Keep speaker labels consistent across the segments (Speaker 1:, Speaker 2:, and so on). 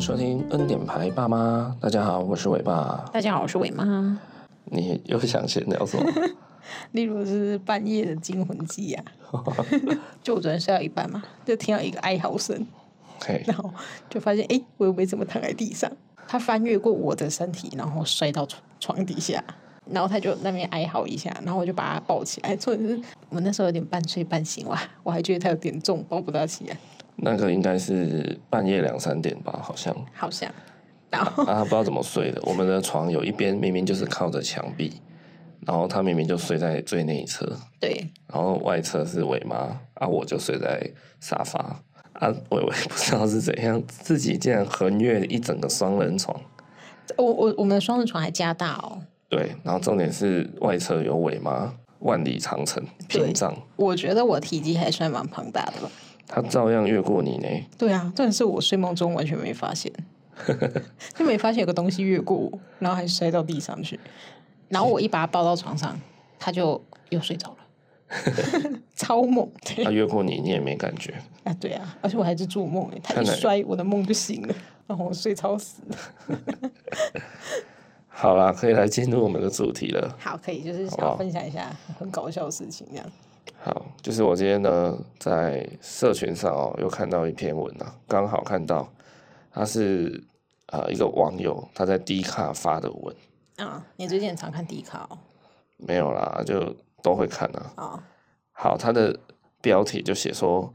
Speaker 1: 收听恩典牌爸妈，大家好，我是伟爸。
Speaker 2: 大家好，我是伟妈。
Speaker 1: 你又想闲聊什么？
Speaker 2: 例如是半夜的惊魂记 呀、就我昨天睡到一半嘛，就听到一个哀嚎声，
Speaker 1: 嘿，
Speaker 2: 然后就发现哎、诶我又没怎么躺在地上，他翻越过我的身体，然后摔到床床底下，然后他就那边哀嚎一下，然后我就把他抱起来。重点是我那时候有点半睡半醒哇，我还觉得他有点重，抱不到起来，
Speaker 1: 那个应该是半夜两三点吧，好像
Speaker 2: 好像。然后
Speaker 1: 啊，他不知道怎么睡的。我们的床有一边明明就是靠着墙壁，然后他明明就睡在最内侧，
Speaker 2: 对，
Speaker 1: 然后外侧是伟妈，啊，我就睡在沙发。啊，伟 伟不知道是怎样，自己竟然横越一整个双人床。
Speaker 2: 我我我们的双人床还加大哦，
Speaker 1: 对，然后重点是外侧有伟妈，万里长城
Speaker 2: 对
Speaker 1: 屏障，
Speaker 2: 我觉得我体积还算蛮庞大的吧。
Speaker 1: 他照样越过你呢。
Speaker 2: 对啊，但是我睡梦中完全没 发现，就没发现有个东西越过我，然后还摔到地上去。然后我一把他抱到床上，他就又睡着了， 超猛！对
Speaker 1: 他越过你，你也没感觉。
Speaker 2: 啊，对啊，而且我还是做梦欸，他
Speaker 1: 看
Speaker 2: 一
Speaker 1: 来
Speaker 2: 摔，我的梦就醒了，然后我睡超死。
Speaker 1: 好啦，可以来进入我们的主题了。
Speaker 2: 好，可以，就是想
Speaker 1: 好
Speaker 2: 要
Speaker 1: 啊
Speaker 2: 分享一下很搞笑的事情，这样。
Speaker 1: 好，就是我今天呢在社群上哦，又看到一篇文啊，刚好看到，他是呃一个网友他在 D 卡发的文，
Speaker 2: 啊，你最近很常看迪卡哦？
Speaker 1: 没有啦，就都会看啊。
Speaker 2: 哦
Speaker 1: 好，他的标题就写说，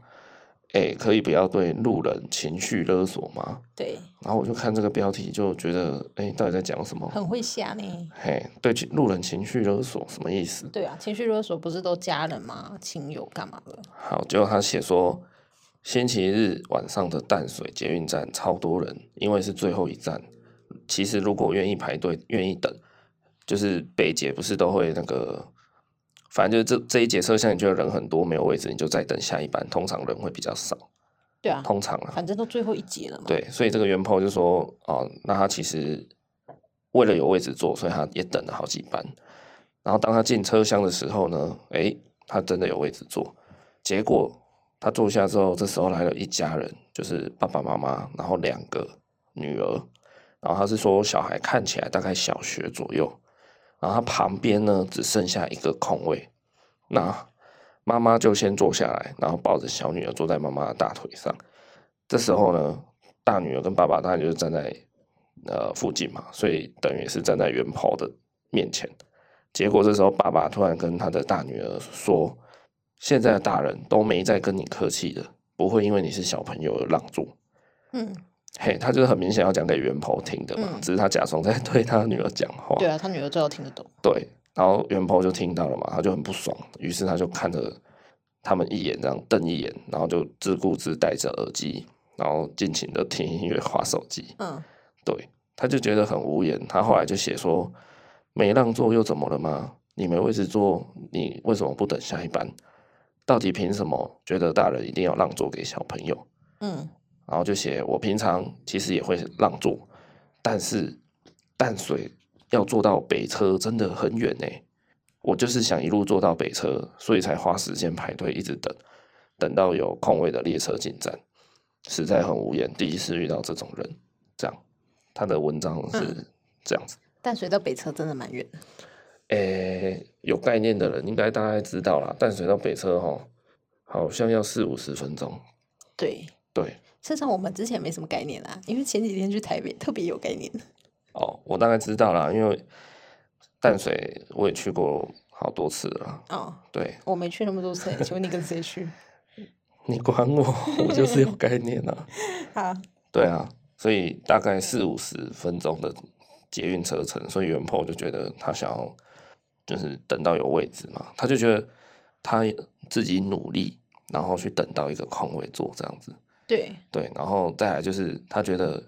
Speaker 1: 哎、可以不要对路人情绪勒索吗？
Speaker 2: 对，
Speaker 1: 然后我就看这个标题就觉得，哎、到底在讲什么？
Speaker 2: 很会吓呢。
Speaker 1: 嘿，对情路人情绪勒索什么意思？
Speaker 2: 对啊，情绪勒索不是都家人吗？亲友干嘛的？
Speaker 1: 好，结果他写说，星期日晚上的淡水捷运站超多人，因为是最后一站。其实如果愿意排队、愿意等，就是北捷不是都会那个，反正就这这一节车厢你觉得人很多没有位置，你就再等下一班，通常人会比较少，
Speaker 2: 对啊，
Speaker 1: 通常啦。
Speaker 2: 反正都最后一节了嘛。
Speaker 1: 对，所以这个原 po 就说哦，那他其实为了有位置坐，所以他也等了好几班。然后当他进车厢的时候呢，诶，他真的有位置坐。结果他坐下之后，这时候来了一家人，就是爸爸妈妈，然后两个女儿。然后他是说小孩看起来大概小学左右，然后他旁边呢只剩下一个空位，那妈妈就先坐下来，然后抱着小女儿坐在妈妈的大腿上。这时候呢，大女儿跟爸爸当然就是站在呃附近嘛，所以等于是站在元袍的面前。结果这时候，爸爸突然跟他的大女儿说：“现在的大人都没在跟你客气的，不会因为你是小朋友而让座。
Speaker 2: 嗯，”
Speaker 1: 嘿，他就是很明显要讲给元袍听的嘛，
Speaker 2: 嗯
Speaker 1: 只是他假装在 对他女儿讲话。
Speaker 2: 对啊，他女儿最好听得懂。
Speaker 1: 对，然后元抛就听到了嘛，他就很不爽，于是他就看着他们一眼，这样瞪一眼，然后就自顾自戴着耳机，然后尽情的听音乐、划手机。
Speaker 2: 嗯，
Speaker 1: 对，他就觉得很无言。他后来就写说：“没让座又怎么了吗？你没位置坐，你为什么不等下一班？到底凭什么觉得大人一定要让座给小朋友？”
Speaker 2: 嗯，
Speaker 1: 然后就写我平常其实也会让座，但是淡水要坐到北车真的很远呢、我就是想一路坐到北车，所以才花时间排队一直等，等到有空位的列车进站，实在很无言。第一次遇到这种人，这样他的文章是这样子。
Speaker 2: 淡水到北车真的蛮远的。
Speaker 1: 诶、有概念的人应该大概知道啦。淡水到北车哈，好像要四五十分钟。
Speaker 2: 对，
Speaker 1: 对，
Speaker 2: 事实上我们之前没什么概念啦，因为前几天去台北特别有概念。
Speaker 1: 哦，我大概知道啦，因为淡水我也去过好多次了啦。
Speaker 2: 哦，
Speaker 1: 对
Speaker 2: 我没去那么多次欸，请问你跟谁 去？
Speaker 1: 你管我，我就是有概念啊。
Speaker 2: 啊，
Speaker 1: 对啊，所以大概四五十分钟的捷运车程，所以袁鹏就觉得他想要就是等到有位置嘛，他就觉得他自己努力，然后去等到一个空位坐这样子。
Speaker 2: 对，
Speaker 1: 对，然后再来就是他觉得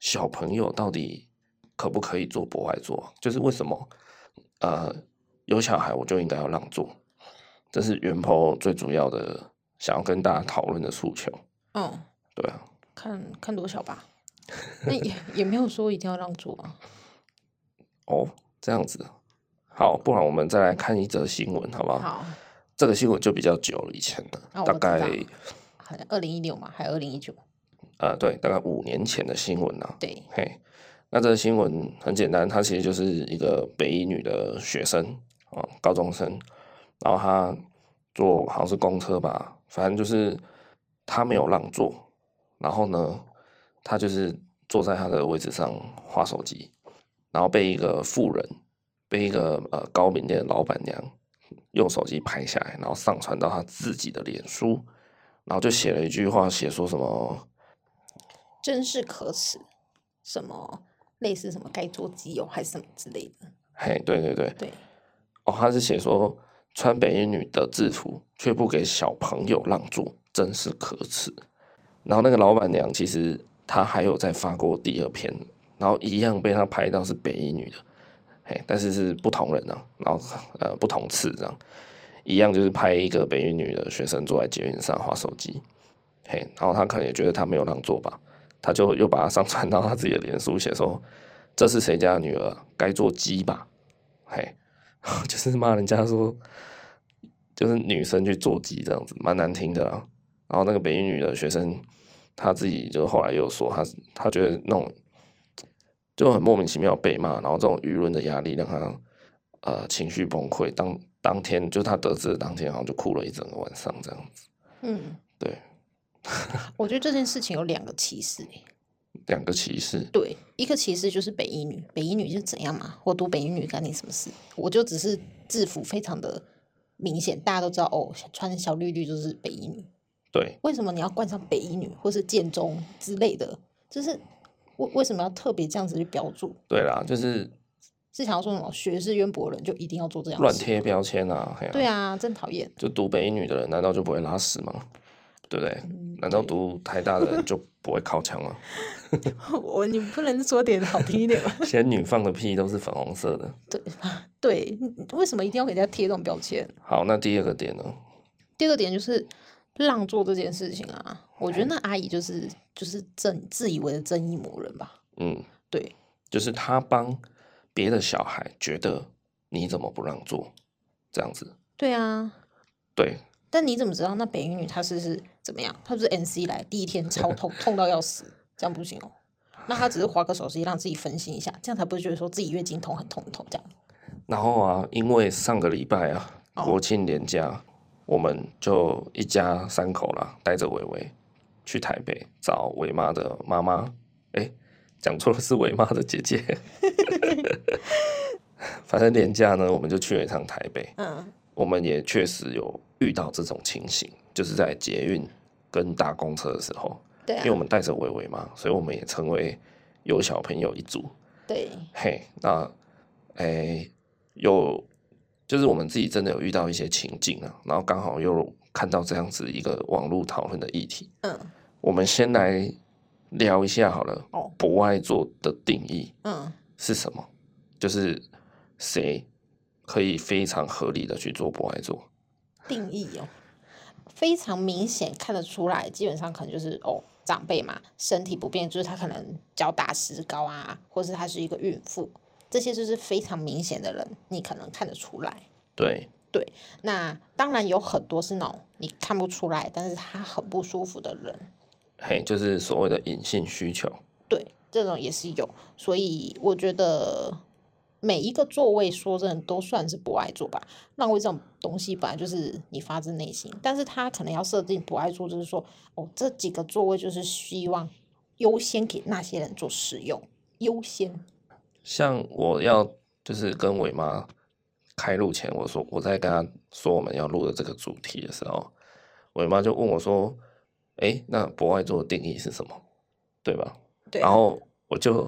Speaker 1: 小朋友到底可不可以做博爱座？啊就是为什么呃有小孩我就应该要让座，这是袁鹏最主要的想要跟大家讨论的诉求。
Speaker 2: 嗯，
Speaker 1: 对啊，
Speaker 2: 看看多小 吧。那也也没有说一定要让座啊。
Speaker 1: 哦，这样子，好，不然我们再来看一则新闻，好不好？
Speaker 2: 好，
Speaker 1: 这个新闻就比较久了以前了，
Speaker 2: 哦我
Speaker 1: 大
Speaker 2: 知道
Speaker 1: 概
Speaker 2: 好像二零一六嘛，还二零一九。
Speaker 1: 呃，对，大概五年前的新闻啊。
Speaker 2: 对，
Speaker 1: 嘿，那这个新闻很简单，她其实就是一个北一女的学生啊、哦高中生，然后她坐好像是公车吧，反正就是她没有让座，然后呢，她就是坐在她的位置上划手机，然后被一个富人，被一个呃高饼店的老板娘用手机拍下来，然后上传到她自己的脸书，然后就写了一句话，写说什么。
Speaker 2: 真是可耻，什么类似什么该做基友还是什么之类的，
Speaker 1: 嘿，对对对，
Speaker 2: 对，
Speaker 1: 哦，他是写说穿北一女的制服却不给小朋友让座，真是可耻。然后那个老板娘其实她还有再发过第二篇，然后一样被她拍到是北一女的，嘿，但是是不同人啊，然后呃不同次这样，一样就是拍一个北一女的学生坐在捷运上划手机，嘿，然后她可能也觉得她没有让座吧，她就又把它上传到她自己的脸书，写说这是谁家的女儿啊，该做鸡吧，嘿。 就是骂人家说，就是女生去做鸡这样子，蛮难听的啦。然后那个北一女的学生，她自己就后来又说，她她觉得那种就很莫名其妙被骂，然后这种舆论的压力让她呃情绪崩溃。当当天就她得知的当天，好像就哭了一整个晚上这样子。
Speaker 2: 嗯，
Speaker 1: 对，
Speaker 2: 我觉得这件事情有两个歧视欸、
Speaker 1: 两个歧视，
Speaker 2: 对，一个歧视就是北一女，北一女就怎样嘛，我读北一女干你什么事？我就只是制服非常的明显，大家都知道哦，穿小绿绿就是北一女，
Speaker 1: 对
Speaker 2: 为什么你要冠上北一女或是建中之类的？就是为为什么要特别这样子去标注？
Speaker 1: 对啦，就是
Speaker 2: 是想要说什么学识渊博的人就一定要做这样的
Speaker 1: 乱
Speaker 2: 事？
Speaker 1: 贴标签啊，嘿啊
Speaker 2: 对啊，真讨厌。
Speaker 1: 就读北一女的人难道就不会拉屎吗？对不嗯对？难道读台大的人就不会靠墙吗？
Speaker 2: 我你不能说点好听一点 吗？
Speaker 1: 仙女放的屁都是粉红色的。
Speaker 2: 对对，为什么一定要给人家贴这种标签？
Speaker 1: 好，那第二个点呢？
Speaker 2: 第二个点就是让座这件事情啊，我觉得那阿姨就是就是正自以为的正义魔人吧。
Speaker 1: 嗯，
Speaker 2: 对
Speaker 1: 就是他帮别的小孩觉得你怎么不让座，这样子。
Speaker 2: 对啊，
Speaker 1: 对，
Speaker 2: 但你怎么知道那北英女她是是怎么样？她不是 NC 来第一天超痛，痛到要死，这样不行哦。那她只是划个手机让自己分心一下，这样才不会觉得说自己月经痛很痛很痛这样。
Speaker 1: 然后啊，因为上个礼拜啊，
Speaker 2: 哦
Speaker 1: 国庆连假，我们就一家三口啦，带着伟伟去台北找伟妈的妈妈。哎，讲错了，是伟妈的姐 姐。反正连假呢，我们就去了一趟台北。
Speaker 2: 嗯，
Speaker 1: 我们也确实有遇到这种情形，就是在捷运跟搭公车的时候，
Speaker 2: 对
Speaker 1: 因为我
Speaker 2: 啊，
Speaker 1: 们带着伟伟嘛，所以我们也成为有小朋友一族。
Speaker 2: 对，
Speaker 1: 嘿，那诶、有就是我们自己真的有遇到一些情境啊，然后刚好又看到这样子一个网络讨论的议题，
Speaker 2: 嗯
Speaker 1: 我们先来聊一下好了。
Speaker 2: 哦
Speaker 1: 不爱做的定义
Speaker 2: 嗯
Speaker 1: 是什么？就是谁可以非常合理的去做不爱做？
Speaker 2: 定义哦，非常明显看得出来，基本上可能就是哦长辈嘛，身体不便，就是他可能脚打石膏啊，或是他是一个孕妇，这些就是非常明显的人，你可能看得出来。
Speaker 1: 对，
Speaker 2: 那当然有很多是那种你看不出来，但是他很不舒服的人，
Speaker 1: 嘿，就是所谓的隐性需求。
Speaker 2: 对，这种也是有。所以我觉得每一个座位说真的都算是不爱坐吧。让位这种东西本来就是你发自内心，但是他可能要设定不爱坐，就是说哦，这几个座位就是希望优先给那些人做使用，优先。
Speaker 1: 像我要就是跟伟妈开录前，我说我在跟她说我们要录的这个主题的时候，伟妈就问我说：“诶，那博爱座的定义是什么？对吧？”
Speaker 2: 对啊
Speaker 1: 然后我就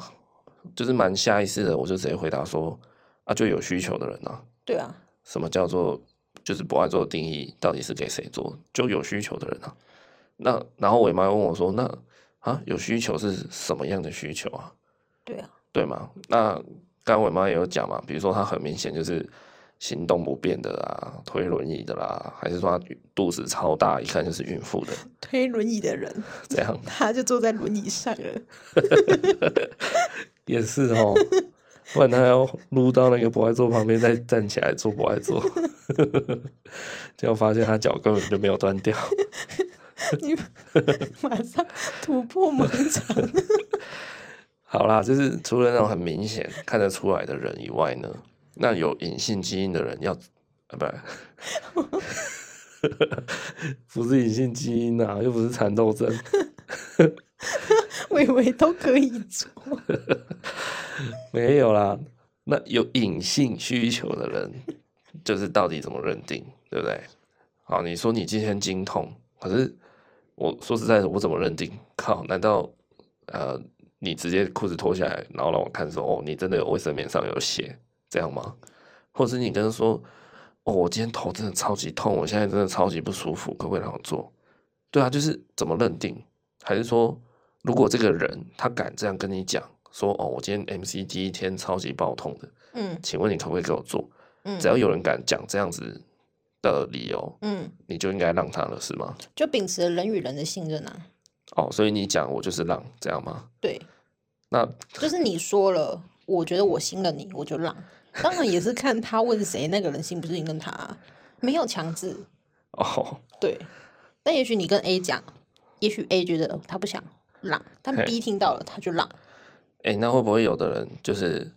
Speaker 1: 就是蛮下意识的，我就直接回答说：“啊，就有需求的人啊，
Speaker 2: 对啊，
Speaker 1: 什么叫做就是博爱座的定义到底是给谁做？就有需求的人啊。”那然后伟妈问我说：“那啊，有需求是什么样的需求啊？”
Speaker 2: 对啊，
Speaker 1: 对嘛？那刚刚我妈也有讲嘛，比如说她很明显就是行动不便的啦，推轮椅的啦，还是说她肚子超大，一看就是孕妇的
Speaker 2: 推轮椅的人
Speaker 1: 这样，
Speaker 2: 他就坐在轮椅上了。
Speaker 1: 也是哦。不然她要撸到那个博爱座旁边，再站起来做 博爱座，结果发现她脚根本就没有断掉。
Speaker 2: 你 马上突破盲肠。
Speaker 1: 好啦，就是除了那种很明显看得出来的人以外呢，那有隐性基因的人要啊，不 是，不是隐性基因啊，又不是蚕豆症，
Speaker 2: 我以为都可以做，
Speaker 1: 没有啦。那有隐性需求的人，就是到底怎么认定，对不对？好，你说你今天经痛，可是我说实在的，我怎么认定？靠，难道呃，你直接裤子脱下来，然后让我看说，哦，你真的有卫生棉上有血，这样吗？或者是你跟他说，哦，我今天头真的超级痛，我现在真的超级不舒服，可不可以让我做？对啊，就是怎么认定？还是说，如果这个人他敢这样跟你讲，说，哦，我今天 MC 第一天超级爆痛的，
Speaker 2: 嗯
Speaker 1: 请问你可不可以给我做？
Speaker 2: 嗯
Speaker 1: 只要有人敢讲这样子的理由，
Speaker 2: 嗯，
Speaker 1: 你就应该让他了，是吗？
Speaker 2: 就秉持人与人的信任啊。
Speaker 1: 哦，所以你讲我就是让，这样吗？
Speaker 2: 对，
Speaker 1: 那
Speaker 2: 就是你说了，我觉得我信任你，我就让。当然也是看他问谁，那个人信不信任他啊、没有强制。
Speaker 1: 哦，
Speaker 2: 对，但也许你跟 A 讲，也许 A 觉得、呃他不想让，但
Speaker 1: 嘿
Speaker 2: B 听到了他就让。
Speaker 1: 哎、那会不会有的人就是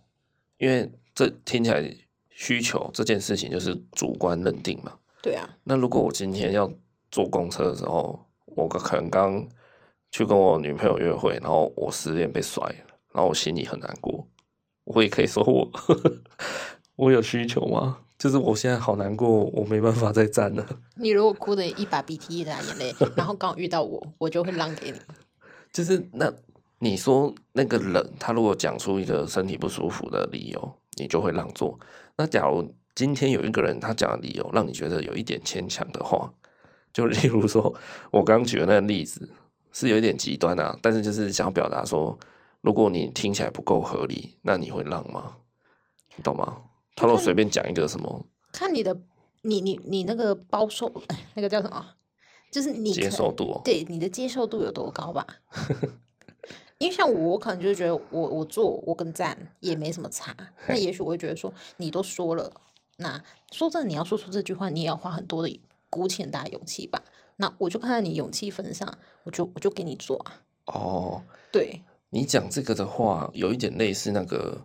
Speaker 1: 因为这听起来需求这件事情就是主观认定嘛？
Speaker 2: 对啊，
Speaker 1: 那如果我今天要坐公车的时候，我可能刚去跟我女朋友约会，然后我失恋被甩了，然后我心里很难过，我也可以说我 我有需求吗？就是我现在好难过，我没办法再站了。
Speaker 2: 你如果哭的一把鼻涕一把眼泪，然后刚好遇到我，我就会让给你。
Speaker 1: 就是那你说那个人，他如果讲出一个身体不舒服的理由，你就会让座。那假如今天有一个人他讲的理由让你觉得有一点牵强的话，就 例如说我刚举的那个例子是有一点极端啊，但是就是想表达说，如果你听起来不够合理，那你会让吗？你懂吗？他如果随便讲一个什么
Speaker 2: 看你的，你你你那个包受，哎那个叫什么？啊就是你
Speaker 1: 接
Speaker 2: 可
Speaker 1: 受度、哦，
Speaker 2: 对你的接受度有多高吧？ 因为像我，我可能就觉得我我做我跟赞也没什么差，那也许我会觉得说你都说了，那说真的，你要说出这句话，你也要花很多的鼓起很大的勇气吧？那我就看在你勇气份上，我就我就给你做啊。
Speaker 1: 哦，
Speaker 2: 对，
Speaker 1: 你讲这个的话，有一点类似那个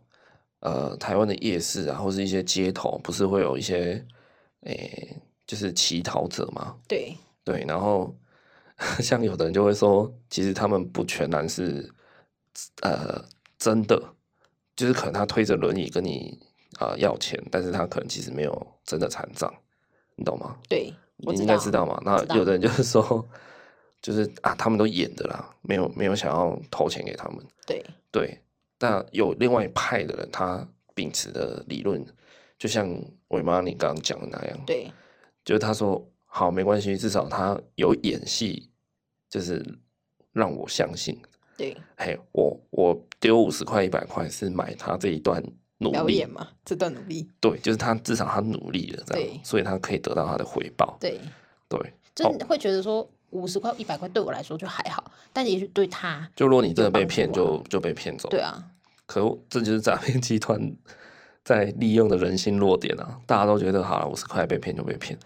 Speaker 1: 呃，台湾的夜市啊，或是一些街头，不是会有一些诶、就是乞讨者嘛？
Speaker 2: 对，
Speaker 1: 对，然后 像有的人就会说，其实他们不全然是呃真的，就是可能他推着轮椅跟你啊、呃要钱，但是他可能其实没有真的残障，你懂吗？
Speaker 2: 对，我
Speaker 1: 你
Speaker 2: 知
Speaker 1: 应
Speaker 2: 道
Speaker 1: 该
Speaker 2: 啊，
Speaker 1: 知道嘛？
Speaker 2: 知道
Speaker 1: 那有的人就是说， 就是啊，他们都演的啦，没有没有想要投钱给他们。
Speaker 2: 对，
Speaker 1: 对，那有另外一派的人，他秉持的理论，就像伟妈你刚刚讲的那样，
Speaker 2: 对，
Speaker 1: 就是他说好没关系，至少他有演戏，就是让我相信，
Speaker 2: 对，
Speaker 1: 嘿，我我丢五十块一百块是买他这一段努
Speaker 2: 表
Speaker 1: 力
Speaker 2: 演，嘛，这段努力，
Speaker 1: 对，就是他至少他努力了这
Speaker 2: 对
Speaker 1: 样，所以他可以得到他的回报，
Speaker 2: 对，
Speaker 1: 对。
Speaker 2: 就
Speaker 1: 哦
Speaker 2: 是会觉得说五十块、一百块对我来说就还好，但也许对他，
Speaker 1: 就如果你真的被
Speaker 2: 帮助
Speaker 1: 骗，
Speaker 2: 啊
Speaker 1: 就就被骗走。
Speaker 2: 对啊，
Speaker 1: 可我这就是诈骗集团在利用的人性弱点啊！大家都觉得好了，五十块被骗就被骗，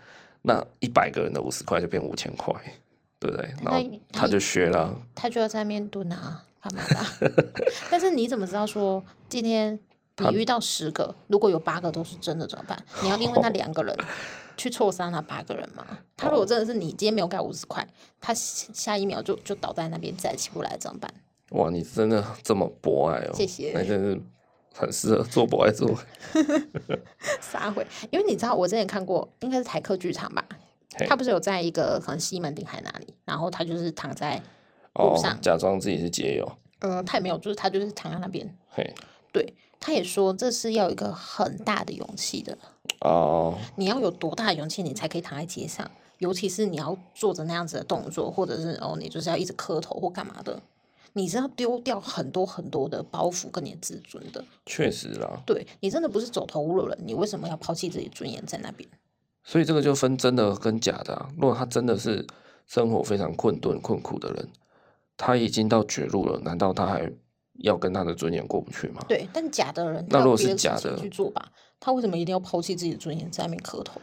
Speaker 1: 那一百个人的五十块就变五千块，对不对？然
Speaker 2: 那
Speaker 1: 后
Speaker 2: 他
Speaker 1: 他就削了啊，
Speaker 2: 他就要在面蹲啊， 干嘛的？但是你怎么知道说今天你遇到十个，如果有八个都是真的怎么办？你要因为那两个人去错杀那八个人吗？他如果真的是你今天没有给五十块，他下下一秒就就倒在那边再也起不来怎么办？
Speaker 1: 哇，你真的这么博爱哦！
Speaker 2: 谢谢
Speaker 1: 那真是很适合做博爱做。
Speaker 2: 撒回，因为你知道我之前看过，应该是台客剧场吧
Speaker 1: 嘿。
Speaker 2: 他不是有在一个可能西门町还哪里，然后他就是躺在，
Speaker 1: 哦
Speaker 2: 路上，
Speaker 1: 假装自己是街友，
Speaker 2: 呃，他也没有，就是他就是躺在那边，
Speaker 1: 嘿，
Speaker 2: 对，他也说这是要有一个很大的勇气的，
Speaker 1: 哦，
Speaker 2: 你要有多大的勇气，你才可以躺在街上？尤其是你要做着那样子的动作，或者是哦，你就是要一直磕头或干嘛的，你是要丢掉很多很多的包袱跟你的自尊的。
Speaker 1: 确实啦。
Speaker 2: 对你真的不是走投无路了，你为什么要抛弃自己尊严在那边？
Speaker 1: 所以这个就分真的跟假的啊。如果他真的是生活非常困顿、困苦的人，他已经到绝路了，难道他还要跟他的尊严过不去吗？
Speaker 2: 对，但假的人，
Speaker 1: 那
Speaker 2: 他
Speaker 1: 如
Speaker 2: 有
Speaker 1: 果
Speaker 2: 别
Speaker 1: 是
Speaker 2: 的事
Speaker 1: 假
Speaker 2: 情
Speaker 1: 的
Speaker 2: 去做吧，他为什么一定要抛弃自己的尊严在那边磕头？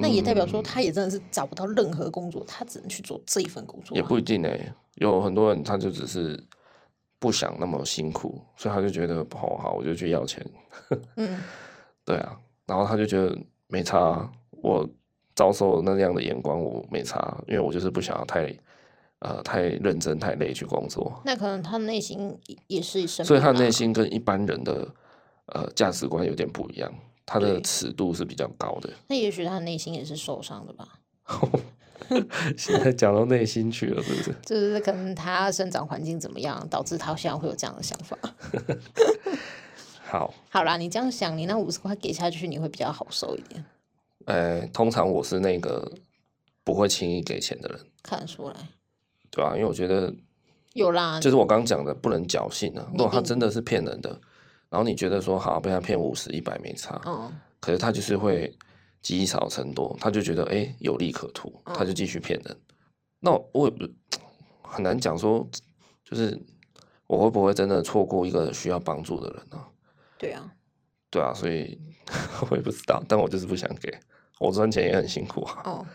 Speaker 2: 那也代表
Speaker 1: 嗯
Speaker 2: 说他也真的是找不到任何工作，他只能去做这一份工作
Speaker 1: 也
Speaker 2: 啊。
Speaker 1: 不一定哎、有很多人他就只是不想那么辛苦，所以他就觉得好好，我就去要钱。
Speaker 2: 嗯，
Speaker 1: 对啊，然后他就觉得没差啊，我遭受那样的眼光我没差啊，因为我就是不想要太呃太认真太累去工作，
Speaker 2: 那可能他内心也也是生
Speaker 1: 所以
Speaker 2: 病
Speaker 1: 他
Speaker 2: 啊
Speaker 1: 内心跟一般人的呃价值观有点不一样，他的
Speaker 2: 对
Speaker 1: 尺度是比较高的。
Speaker 2: 那也许他内心也是受伤的吧。
Speaker 1: 现在讲到内心去了，是不是？
Speaker 2: 就是可能他生长环境怎么样，导致他现在会有这样的想法。
Speaker 1: 好，
Speaker 2: 好啦，你这样想，你那五十块给下去，你会比较好受一点，
Speaker 1: 呃，通常我是那个不会轻易给钱的人，
Speaker 2: 看得出来。
Speaker 1: 对吧、因为我觉得
Speaker 2: 有啦，
Speaker 1: 就是我刚刚讲的，不能侥幸啊。如果他
Speaker 2: 嗯一定
Speaker 1: 真的是骗人的，然后你觉得说好被他骗五十一百没差，
Speaker 2: 嗯，
Speaker 1: 可是他就是会积少成多，他就觉得哎、诶有利可图，他就继续骗人。那我也不很难讲说，就是我会不会真的错过一个需要帮助的人呢、
Speaker 2: 对啊，
Speaker 1: 对啊，所以 我也不知道，但我就是不想给。我赚钱也很辛苦啊，
Speaker 2: 哦，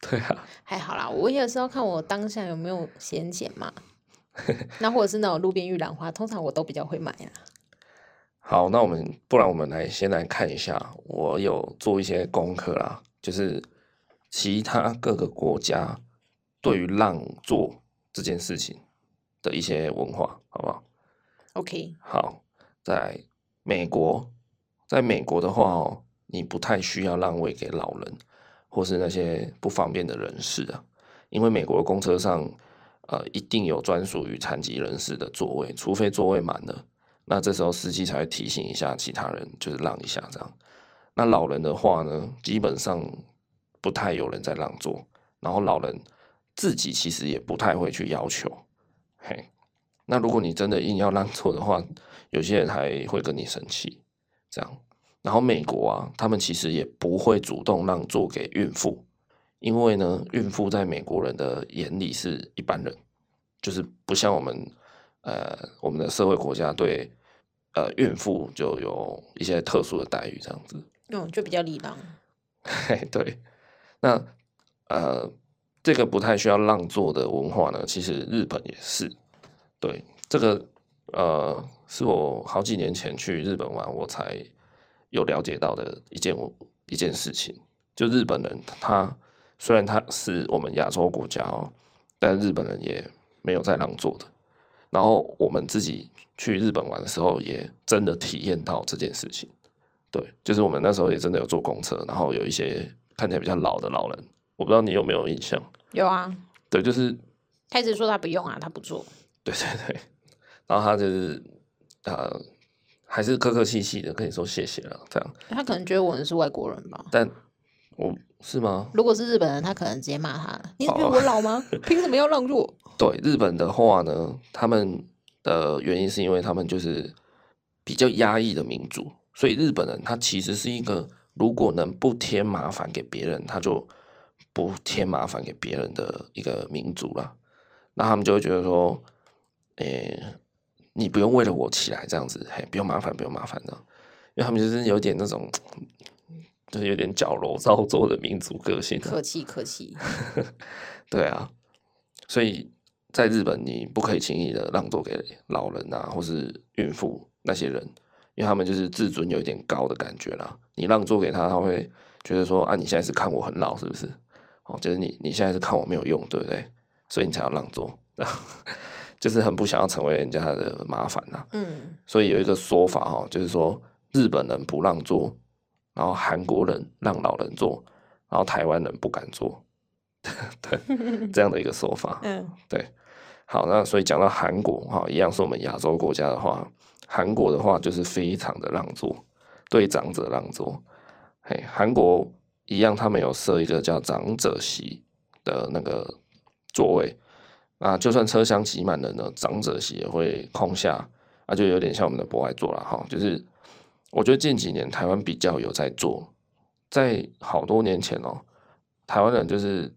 Speaker 1: 对啊，
Speaker 2: 还好啦，我也是要看我当下有没有闲钱嘛。那或者是那种路边玉兰花，通常我都比较会买啊。
Speaker 1: 好，那我们不然我们来先来看一下，我有做一些功课啦，就是其他各个国家对于让座这件事情的一些文化，好不好？
Speaker 2: OK，
Speaker 1: 好，在美国，在美国的话哦，你不太需要让位给老人或是那些不方便的人士啊，因为美国的公车上，呃，一定有专属于残疾人士的座位，除非座位满了，那这时候司机才会提醒一下其他人，就是让一下这样。那老人的话呢，基本上不太有人在让座，然后老人自己其实也不太会去要求，嘿。那如果你真的硬要让座的话，有些人还会跟你生气，这样。然后美国啊，他们其实也不会主动让座给孕妇，因为呢，孕妇在美国人的眼里是一般人，就是不像我们呃我们的社会国家对呃孕妇就有一些特殊的待遇这样子。
Speaker 2: 嗯，就比较礼让。
Speaker 1: 嘿， 对，那呃，这个不太需要让座的文化呢，其实日本也是。对，这个呃，是我好几年前去日本玩，我才有了解到的一件我一件事情。就日本人他，虽然他是我们亚洲国家哦，但日本人也没有在让座的。然后我们自己去日本玩的时候，也真的体验到这件事情。对，就是我们那时候也真的有坐公车，然后有一些看起来比较老的老人，我不知道你有没有印象？
Speaker 2: 有啊，
Speaker 1: 对，就是
Speaker 2: 他一直说他不用啊，他不做。
Speaker 1: 对对对，然后他就是呃，还是客客气气的跟你说谢谢了，这样。
Speaker 2: 他可能觉得我们是外国人吧。
Speaker 1: 但我是吗？
Speaker 2: 如果是日本人，他可能直接骂他了。你觉得我老吗？凭什么要让座？
Speaker 1: 对日本的话呢，他们的原因是因为他们就是比较压抑的民族，所以日本人他其实是一个如果能不添麻烦给别人，他就不添麻烦给别人的一个民族啦。那他们就会觉得说，诶、你不用为了我起来这样子，嘿，不用麻烦，不用麻烦的，因为他们就是有点那种，就是有点矫揉造作的民族个性、啊。
Speaker 2: 客气客气。
Speaker 1: 对啊，所以在日本你不可以轻易的让座给老人啊，或是孕妇那些人，因为他们就是自尊有一点高的感觉啦。你让座给他，他会觉得说啊，你现在是看我很老是不是？哦，就是你你现在是看我没有用，对不对？所以你才要让座， 就是很不想要成为人家的麻烦啊啦、
Speaker 2: 嗯，
Speaker 1: 所以有一个说法哈、哦，就是说日本人不让座，然后韩国人让老人坐，然后台湾人不敢坐， 对，这样的一个说法。
Speaker 2: 嗯，
Speaker 1: 对，好，那所以讲到韩国哈、一样是我们亚洲国家的话，韩国的话就是非常的让座，对长者让座。嘿，韩国一样，他们有设一个叫长者席的那个座位，啊，就算车厢挤满人呢，长者席也会空下，啊，就有点像我们的博爱座了哈，就是我觉得近几年台湾比较有在做，在好多年前哦，台湾人就是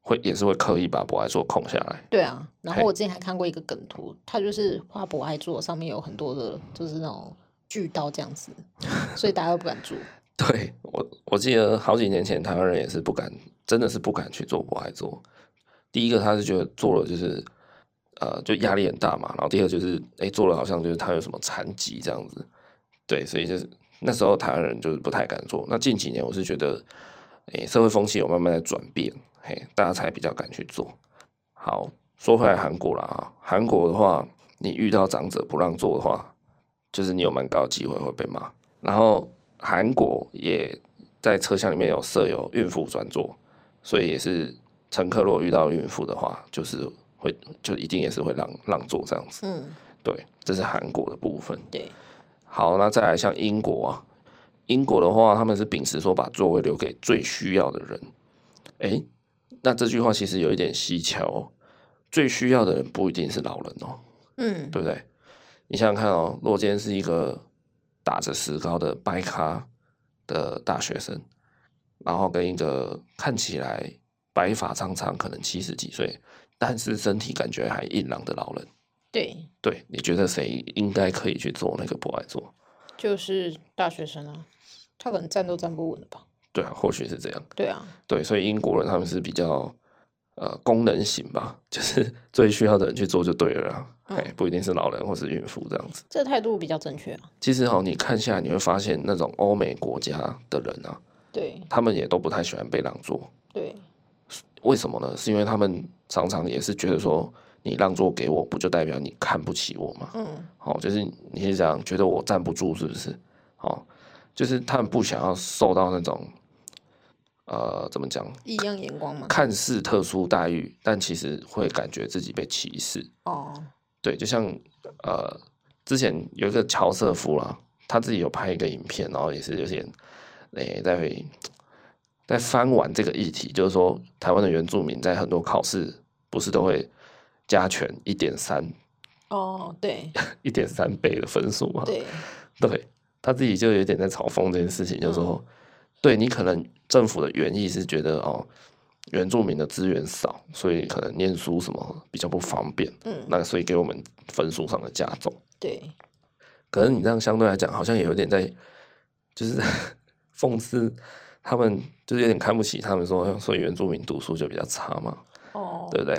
Speaker 1: 会也是会刻意把博爱座空下来。
Speaker 2: 对啊。然后
Speaker 1: 嘿
Speaker 2: 我之前还看过一个梗图，他就是画博爱座，上面有很多的，就是那种锯刀这样子，所以大家都不敢做。
Speaker 1: 对我，我记得好几年前台湾人也是不敢，真的是不敢去做博爱做。第一个他是觉得做了就是，呃，就压力很大嘛。然后第二个就是，哎，做了好像就是他有什么残疾这样子。对，所以就是那时候台湾人就是不太敢做。那近几年我是觉得，哎，社会风气有慢慢的转变，嘿，大家才比较敢去做。好，说回来韩国啦啊，韩国的话，你遇到长者不让做的话，就是你有蛮高的机会会被骂。然后韩国也在车厢里面有设有孕妇专座，所以也是乘客如果遇到孕妇的话，就是会就一定也是会让让座这样子。
Speaker 2: 嗯，
Speaker 1: 对，这是韩国的部分。
Speaker 2: 对，
Speaker 1: 好，那再来像英国啊，英国的话，他们是秉持说把座位留给最需要的人。诶，那这句话其实有一点蹊跷、哦，最需要的人不一定是老人哦，
Speaker 2: 嗯，
Speaker 1: 对不对？你想想看哦，若今天是一个打着石膏的掰咖的大学生，然后跟一个看起来白发苍苍，可能七十几岁，但是身体感觉还硬朗的老人，
Speaker 2: 对，
Speaker 1: 对，你觉得谁应该可以去做那个不爱做？
Speaker 2: 就是大学生啊，他可能站都站不稳了吧？
Speaker 1: 对啊，或许是这样。
Speaker 2: 对啊，
Speaker 1: 对，所以英国人他们是比较呃功能型吧， 就是最需要的人去做就对了啦，哎、
Speaker 2: 嗯
Speaker 1: 不一定是老人或是孕妇这样子。
Speaker 2: 这态度比较正确啊。
Speaker 1: 其实哦，你看下来你会发现，那种欧美国家的人啊，
Speaker 2: 对
Speaker 1: 他们也都不太喜欢被让座，
Speaker 2: 对，
Speaker 1: 为什么呢？是因为他们常常也是觉得说，你让座给我，不就代表你看不起我吗？
Speaker 2: 嗯，
Speaker 1: 好、就是你是想觉得我站不住，是不是？好、就是他们不想要受到那种呃怎么讲
Speaker 2: 异样眼光嘛。
Speaker 1: 看似特殊待遇，但其实会感觉自己被歧视。
Speaker 2: 哦，
Speaker 1: 对，就像呃，之前有一个乔瑟夫啦，他自己有拍一个影片，然后也是有点诶、在在翻玩这个议题，就是说台湾的原住民在很多考试不是都会加权一点三
Speaker 2: 哦，对
Speaker 1: 一点三倍的分数吗？
Speaker 2: 对，
Speaker 1: 对他自己就有点在嘲讽这件事情，就是说，对你可能政府的原意是觉得哦，原住民的资源少，所以可能念书什么比较不方便，
Speaker 2: 嗯，
Speaker 1: 那所以给我们分数上的加重。
Speaker 2: 对，
Speaker 1: 可是你这样相对来讲，好像也有点在，就是 在讽刺他们，就是有点看不起他们说，所以原住民读书就比较差嘛，
Speaker 2: 哦，
Speaker 1: 对不 对？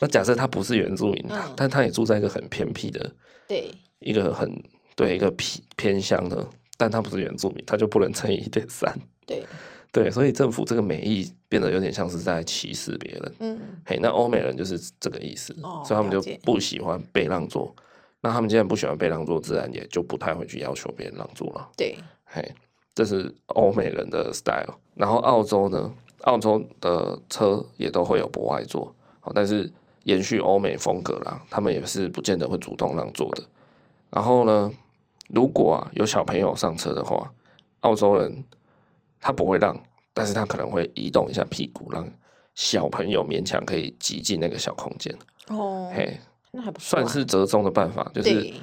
Speaker 1: 那假设他不是原住民，他
Speaker 2: 嗯
Speaker 1: 但他也住在一个很偏僻的
Speaker 2: 对
Speaker 1: 一个很对一个偏偏乡的，但他不是原住民，他就不能乘 以一点三。
Speaker 2: 对，
Speaker 1: 对，所以政府这个美意变得有点像是在歧视别人。
Speaker 2: 嗯，
Speaker 1: 嘿，那欧美人就是这个意思，
Speaker 2: 哦
Speaker 1: 所以他们
Speaker 2: 了
Speaker 1: 就
Speaker 2: 解
Speaker 1: 不喜欢被让座。那他们既然不喜欢被让座，自然也就不太会去要求别人让座了。
Speaker 2: 对，
Speaker 1: 嘿，这是欧美人的 style。然后澳洲呢，澳洲的车也都会有博爱座，好，但是延续欧美风格啦，他们也是不见得会主动让座的。然后呢，如果啊有小朋友上车的话，澳洲人他不会让，但是他可能会移动一下屁股，让小朋友勉强可以挤进那个小空间。
Speaker 2: 哦，
Speaker 1: 嘿，
Speaker 2: 那还不错啊，
Speaker 1: 算是折中的办法，就是
Speaker 2: 对，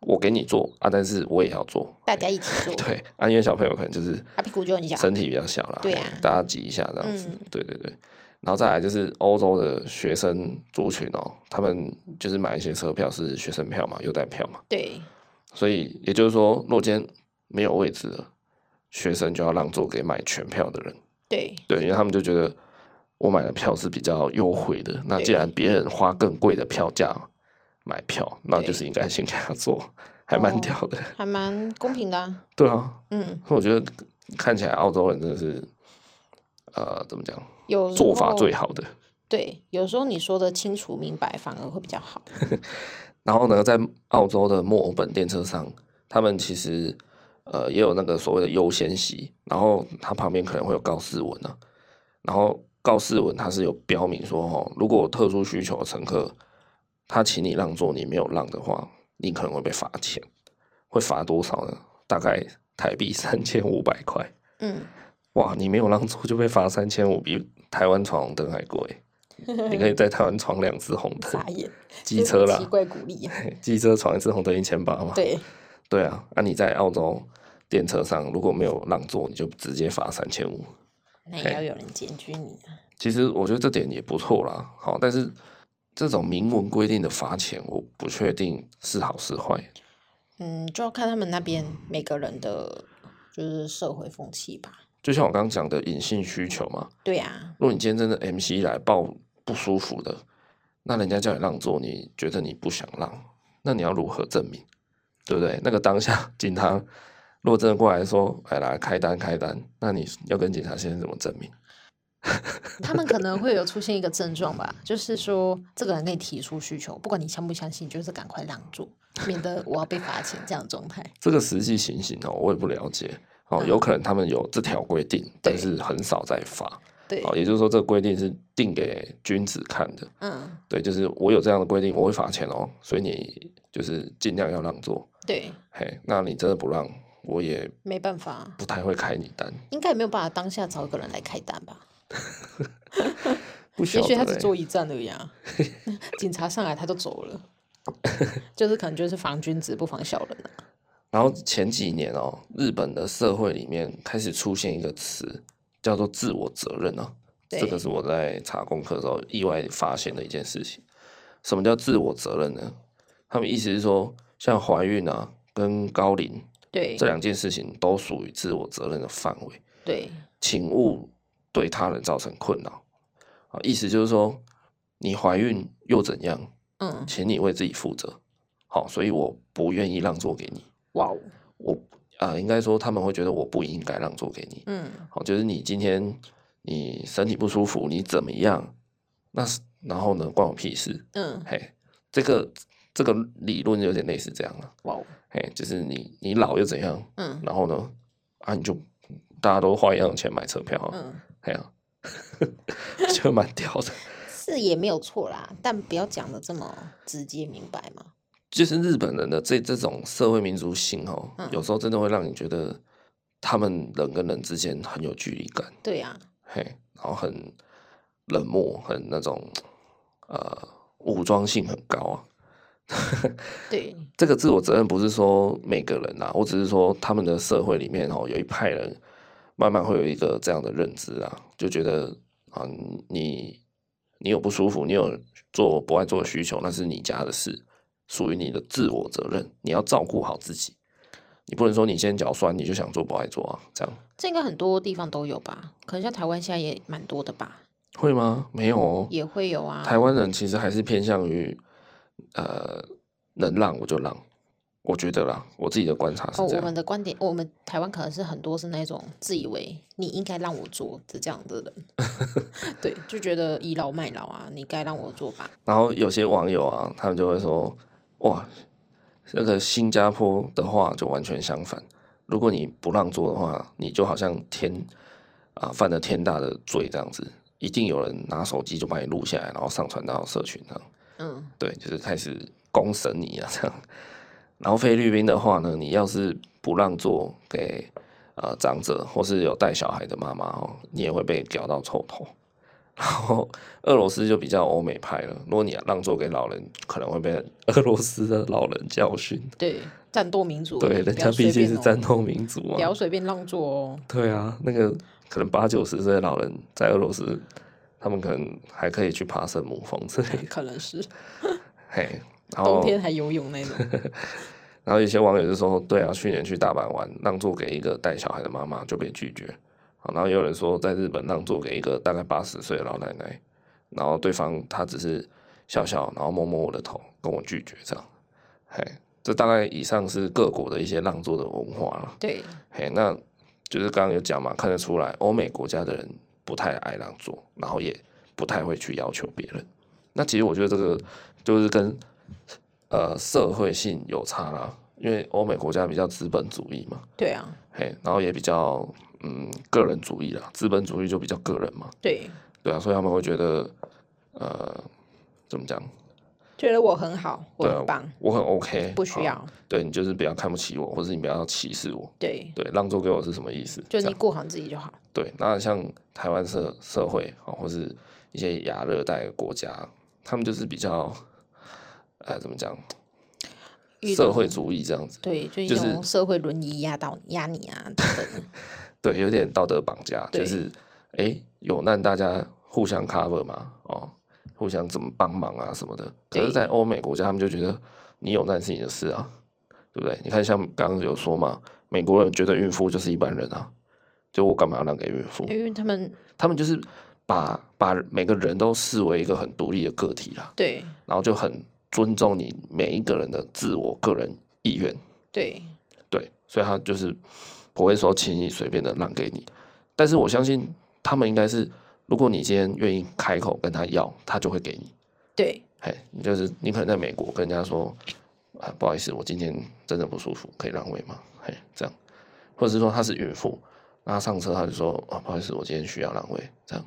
Speaker 1: 我给你做啊，但是我也要做。
Speaker 2: 大家一起 做，
Speaker 1: 对，啊，因为小朋友可能就是
Speaker 2: 他屁股就很小，
Speaker 1: 身体比较小啦，
Speaker 2: 对
Speaker 1: 嘿
Speaker 2: 啊
Speaker 1: 大家挤一下这样子，
Speaker 2: 嗯
Speaker 1: 对对对。然后再来就是欧洲的学生族群哦，他们就是买一些车票是学生票嘛，优待票嘛，
Speaker 2: 对
Speaker 1: 所以也就是说，若今天没有位置了，学生就要让座给买全票的人，
Speaker 2: 对
Speaker 1: 对，因为他们就觉得我买的票是比较优惠的，那既
Speaker 2: 对
Speaker 1: 然别人花更贵的票价买票，那就
Speaker 2: 对
Speaker 1: 是应该先给他做，还蛮
Speaker 2: 哦
Speaker 1: 屌的，
Speaker 2: 还蛮公平的啊，
Speaker 1: 对啊，
Speaker 2: 嗯，
Speaker 1: 所以我觉得看起来澳洲人真的是，呃，怎么讲，
Speaker 2: 有时
Speaker 1: 做法
Speaker 2: 候
Speaker 1: 最好的。
Speaker 2: 对，有时候你说的清楚明白反而会比较好，
Speaker 1: 然后呢，在澳洲的墨尔本电车上，他们其实呃也有那个所谓的优先席，然后它旁边可能会有告示文啊，然后告示文它是有标明说哦，如果有特殊需求的乘客，他请你让座，你没有让的话，你可能会被罚钱，会罚多少呢？大概台币三千五百块。
Speaker 2: 嗯，
Speaker 1: 哇，你没有让座就被罚三千五，比台湾闯红灯还贵。你可以在台湾闯两次红 灯，
Speaker 2: 傻眼，
Speaker 1: 机
Speaker 2: 这
Speaker 1: 车
Speaker 2: 种
Speaker 1: 啦
Speaker 2: 奇，怪鼓励啊，
Speaker 1: 嘿机车闯一次红灯一千八嘛。
Speaker 2: 对，
Speaker 1: 对啊，那、你在澳洲电车上如果没有让座，你就直接罚三千五。
Speaker 2: 那也要有人检举你啊，
Speaker 1: 其实我觉得这点也不错啦，好，但是这种明文规定的罚钱，我不确定是好是坏。
Speaker 2: 嗯，就要看他们那边每个人的就是社会风气吧。
Speaker 1: 就像我刚刚讲的隐性需求嘛，
Speaker 2: 对啊，
Speaker 1: 如果你今天真的 MC 来报不舒服的，那人家叫你让座，你觉得你不想让，那你要如何证明？对不对？那个当下，警察 如果真的过来说：“哎，来开单，开单。”那你要跟警察先生怎么证明？
Speaker 2: 他们可能会有出现一个症状吧，就是说这个人给你提出需求，不管你相不相信，就是赶快让座，免得我要被罚钱这样的状态。
Speaker 1: 这个实际情形哦，我也不了解哦，
Speaker 2: 嗯
Speaker 1: 有可能他们有这条规定，但
Speaker 2: 对
Speaker 1: 是很少在发
Speaker 2: 对，
Speaker 1: 哦，也就是说，这个规定是定给君子看的。
Speaker 2: 嗯，
Speaker 1: 对，就是我有这样的规定，我会罚钱哦，所以你就是尽量要让座。
Speaker 2: 对，
Speaker 1: 嘿，那你真的不让，我也
Speaker 2: 没办法，
Speaker 1: 不太会开你单。
Speaker 2: 应该也没有办法当下找一个人来开单吧？
Speaker 1: 不
Speaker 2: 也
Speaker 1: 晓
Speaker 2: 许
Speaker 1: 得、
Speaker 2: 他只
Speaker 1: 欸，
Speaker 2: 坐一站而已 啊，警察上来他就走了， 就是可能就是防君子不防小人啊。
Speaker 1: 然后前几年哦，日本的社会里面开始出现一个词，叫做自我责任啊。
Speaker 2: 对
Speaker 1: 这个是我在查功课的时候意外发现的一件事情。什么叫自我责任呢？他们意思是说，像怀孕啊跟高龄
Speaker 2: 对
Speaker 1: 这两件事情都属于自我责任的范围，
Speaker 2: 对
Speaker 1: 请勿对他人造成困扰啊。意思就是说，你怀孕又怎样，
Speaker 2: 嗯，
Speaker 1: 请你为自己负责。好，所以我不愿意让座给你。
Speaker 2: 哇哦，
Speaker 1: 我啊、呃应该说他们会觉得我不应该让座给你。
Speaker 2: 嗯，
Speaker 1: 好，就是你今天你身体不舒服，你怎么样？那是然后呢，关我屁事。
Speaker 2: 嗯，
Speaker 1: 嘿，这个这个理论有点类似这样了、
Speaker 2: 哇哦，
Speaker 1: 嘿，就是你你老又怎样？
Speaker 2: 嗯
Speaker 1: 然后呢，啊，你就大家都花一样的钱买车票、啊，
Speaker 2: 嗯，
Speaker 1: 嘿啊， 就蛮屌的。
Speaker 2: 是也没有错啦，但不要讲的这么直接明白嘛。
Speaker 1: 就是日本人的这这种社会民族性哦，
Speaker 2: 嗯
Speaker 1: 有时候真的会让你觉得他们人跟人之间很有距离感。
Speaker 2: 对啊，
Speaker 1: 嘿，然后很冷漠，很那种呃武装性很高啊。
Speaker 2: 对
Speaker 1: 这个自我责任不是说每个人啊，我只是说他们的社会里面哦，有一派人慢慢会有一个这样的认知啊，就觉得啊，你你有不舒服，你有做不爱做的需求，那是你家的事，属于你的自我责任，你要照顾好自己。你不能说你今天脚酸，你就想做不爱做啊？这样
Speaker 2: 这应该很多地方都有吧？可能像台湾现在也蛮多的吧，
Speaker 1: 会吗？没有哦，
Speaker 2: 也会有啊。
Speaker 1: 台湾人其实还是偏向于，呃，能让我就让，我觉得啦，我自己的观察
Speaker 2: 哦，
Speaker 1: 是这
Speaker 2: 我
Speaker 1: 样。
Speaker 2: 们的观点，我们台湾可能是很多是那种自以为你应该让我做的这样的 人，对，就觉得倚老卖老啊，你该让我做吧。
Speaker 1: 然后有些网友啊，他们就会说，哇，那个新加坡的话就完全相反，如果你不让座的话，你就好像天啊、犯了天大的罪这样子，一定有人拿手机就把你录下来，然后上传到社群上。
Speaker 2: 嗯，
Speaker 1: 对，就是开始公审你啊这样。然后菲律宾的话呢，你要是不让座给呃长者或是有带小孩的妈妈哦，你也会被屌到臭头。然后俄罗斯就比较欧美派了，如果你让座给老人，可能会被俄罗斯的老人教训。
Speaker 2: 对，战斗民族，
Speaker 1: 对，
Speaker 2: 你
Speaker 1: 人
Speaker 2: 不
Speaker 1: 家
Speaker 2: 要
Speaker 1: 毕
Speaker 2: 随
Speaker 1: 竟
Speaker 2: 便
Speaker 1: 是
Speaker 2: 哦
Speaker 1: 战斗民族嘛
Speaker 2: 不。要随便让座哦。
Speaker 1: 对啊，那个可能八九十岁的老人在俄罗斯，他们可能还可以去爬圣母峰之类的。
Speaker 2: 可能是
Speaker 1: 嘿，然后
Speaker 2: 冬天还游泳 那种，
Speaker 1: 然后有些网友就说：“对啊，去年去大阪玩，让座给一个带小孩的妈妈就被拒绝。”好，然后也有人说，在日本让座给一个大概八十岁的老奶奶，然后对方她只是笑笑，然后摸摸我的头，跟我拒绝这样。嘿，这大概以上是各国的一些让座的文化了。
Speaker 2: 对，
Speaker 1: 嘿，那就是刚刚有讲嘛，看得出来欧美国家的人不太爱让座，然后也不太会去要求别人。那其实我觉得这个就是跟呃社会性有差啦，因为欧美国家比较资本主义嘛，
Speaker 2: 对啊，
Speaker 1: 嘿，然后也比较嗯个人主义啦，资本主义就比较个人嘛，
Speaker 2: 对，
Speaker 1: 对啊，所以他们会觉得呃怎么讲，
Speaker 2: 觉得我很好，我
Speaker 1: 对啊
Speaker 2: 很棒，
Speaker 1: 我很 OK，
Speaker 2: 不需
Speaker 1: 好，
Speaker 2: 要，
Speaker 1: 对你就是不要看不起我，或者你不要歧视我，
Speaker 2: 对，
Speaker 1: 对，让座给我是什么意思？
Speaker 2: 就
Speaker 1: 这
Speaker 2: 你
Speaker 1: 样
Speaker 2: 顾好自己就好。
Speaker 1: 对，那像台湾社社会啊、哦或是一些亚热带国家，他们就是比较，呃，怎么讲，
Speaker 2: 遇
Speaker 1: 社
Speaker 2: 到
Speaker 1: 会主义这样子，
Speaker 2: 对，就一
Speaker 1: 就是
Speaker 2: 种社会伦理压倒压你啊等等的，
Speaker 1: 对，有点道德绑架，就
Speaker 2: 对
Speaker 1: 是，哎，有难大家互相 cover 嘛，哦，互相怎么帮忙啊什么的。可是，
Speaker 2: 对
Speaker 1: 在欧美国家，他们就觉得你有难是你的事啊，对不对？你看，像刚刚有说嘛，美国人觉得孕妇就是一般人啊，就我干嘛要让给孕妇？
Speaker 2: 因为他们
Speaker 1: 他们就是把把每个人都视为一个很独立的个体啦，
Speaker 2: 对
Speaker 1: 然后就很尊重你每一个人的自我个人意愿，
Speaker 2: 对
Speaker 1: 对，所以他就是不会说轻易随便的让给你。但是我相信他们应该是，如果你今天愿意开口跟他要，他就会给你。
Speaker 2: 对
Speaker 1: 嘿，你就是你可能在美国跟人家说，啊，不好意思，我今天真的不舒服，可以让位吗？嘿，这样，或者是说她是孕妇，那她上车她就说，啊，不好意思，我今天需要让位，这样。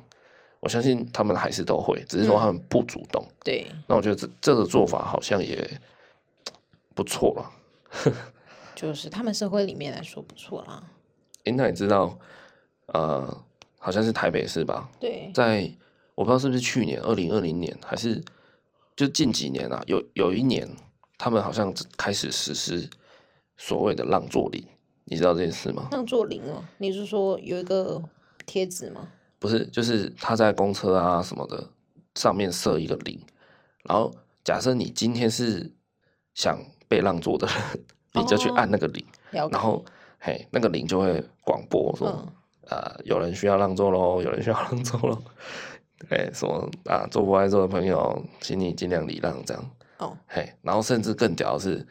Speaker 1: 我相信他们还是都会，只是说他们不主动。
Speaker 2: 对，
Speaker 1: 那我觉得这这个做法好像也不错了。
Speaker 2: 就是他们社会里面来说不错啦。
Speaker 1: 诶，那你知道，呃，好像是台北市吧，
Speaker 2: 对
Speaker 1: 在我不知道是不是去年二零二零年，还是就近几年啊，有有一年，他们好像开始实施所谓的让座礼，你知道这件事吗？
Speaker 2: 让座铃哦，你是说有一个贴纸吗？
Speaker 1: 不是，就是他在公车啊什么的上面设一个铃，然后假设你今天是想被让座的人，你就去
Speaker 2: 哦
Speaker 1: 按那个铃，
Speaker 2: 了解
Speaker 1: 然后嘿，那个铃就会广播说。
Speaker 2: 嗯，
Speaker 1: 呃，有人需要让座喽，有人需要让座喽。哎，什么啊，坐不爱坐的朋友，请你尽量礼让这样。
Speaker 2: 哦，
Speaker 1: 嘿，然后甚至更屌的是，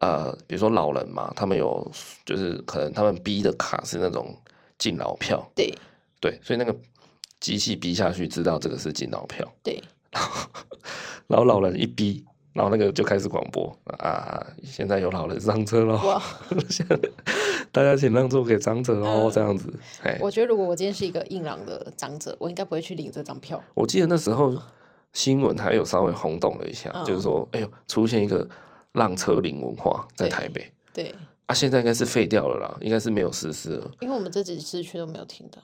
Speaker 1: 呃，比如说老人嘛，他们有就是可能他们逼的卡是那种敬老票，
Speaker 2: 对
Speaker 1: 对，所以那个机器逼下去，知道这个是敬老票，
Speaker 2: 对，
Speaker 1: 然后老人一逼，然后那个就开始广播啊，现在有老人上车喽，
Speaker 2: 哇，
Speaker 1: 现在大家请让座给长者哦，
Speaker 2: 嗯
Speaker 1: 这样子。哎，
Speaker 2: 我觉得如果我今天是一个硬朗的长者，我应该不会去领这张票。
Speaker 1: 我记得那时候新闻还有稍微轰动了一下，
Speaker 2: 嗯
Speaker 1: 就是说，哎呦，出现一个浪车林文化在
Speaker 2: 对
Speaker 1: 台北
Speaker 2: 对，
Speaker 1: 啊，现在应该是废掉了啦，应该是没有实施了。
Speaker 2: 因为我们这几次去都没有听到。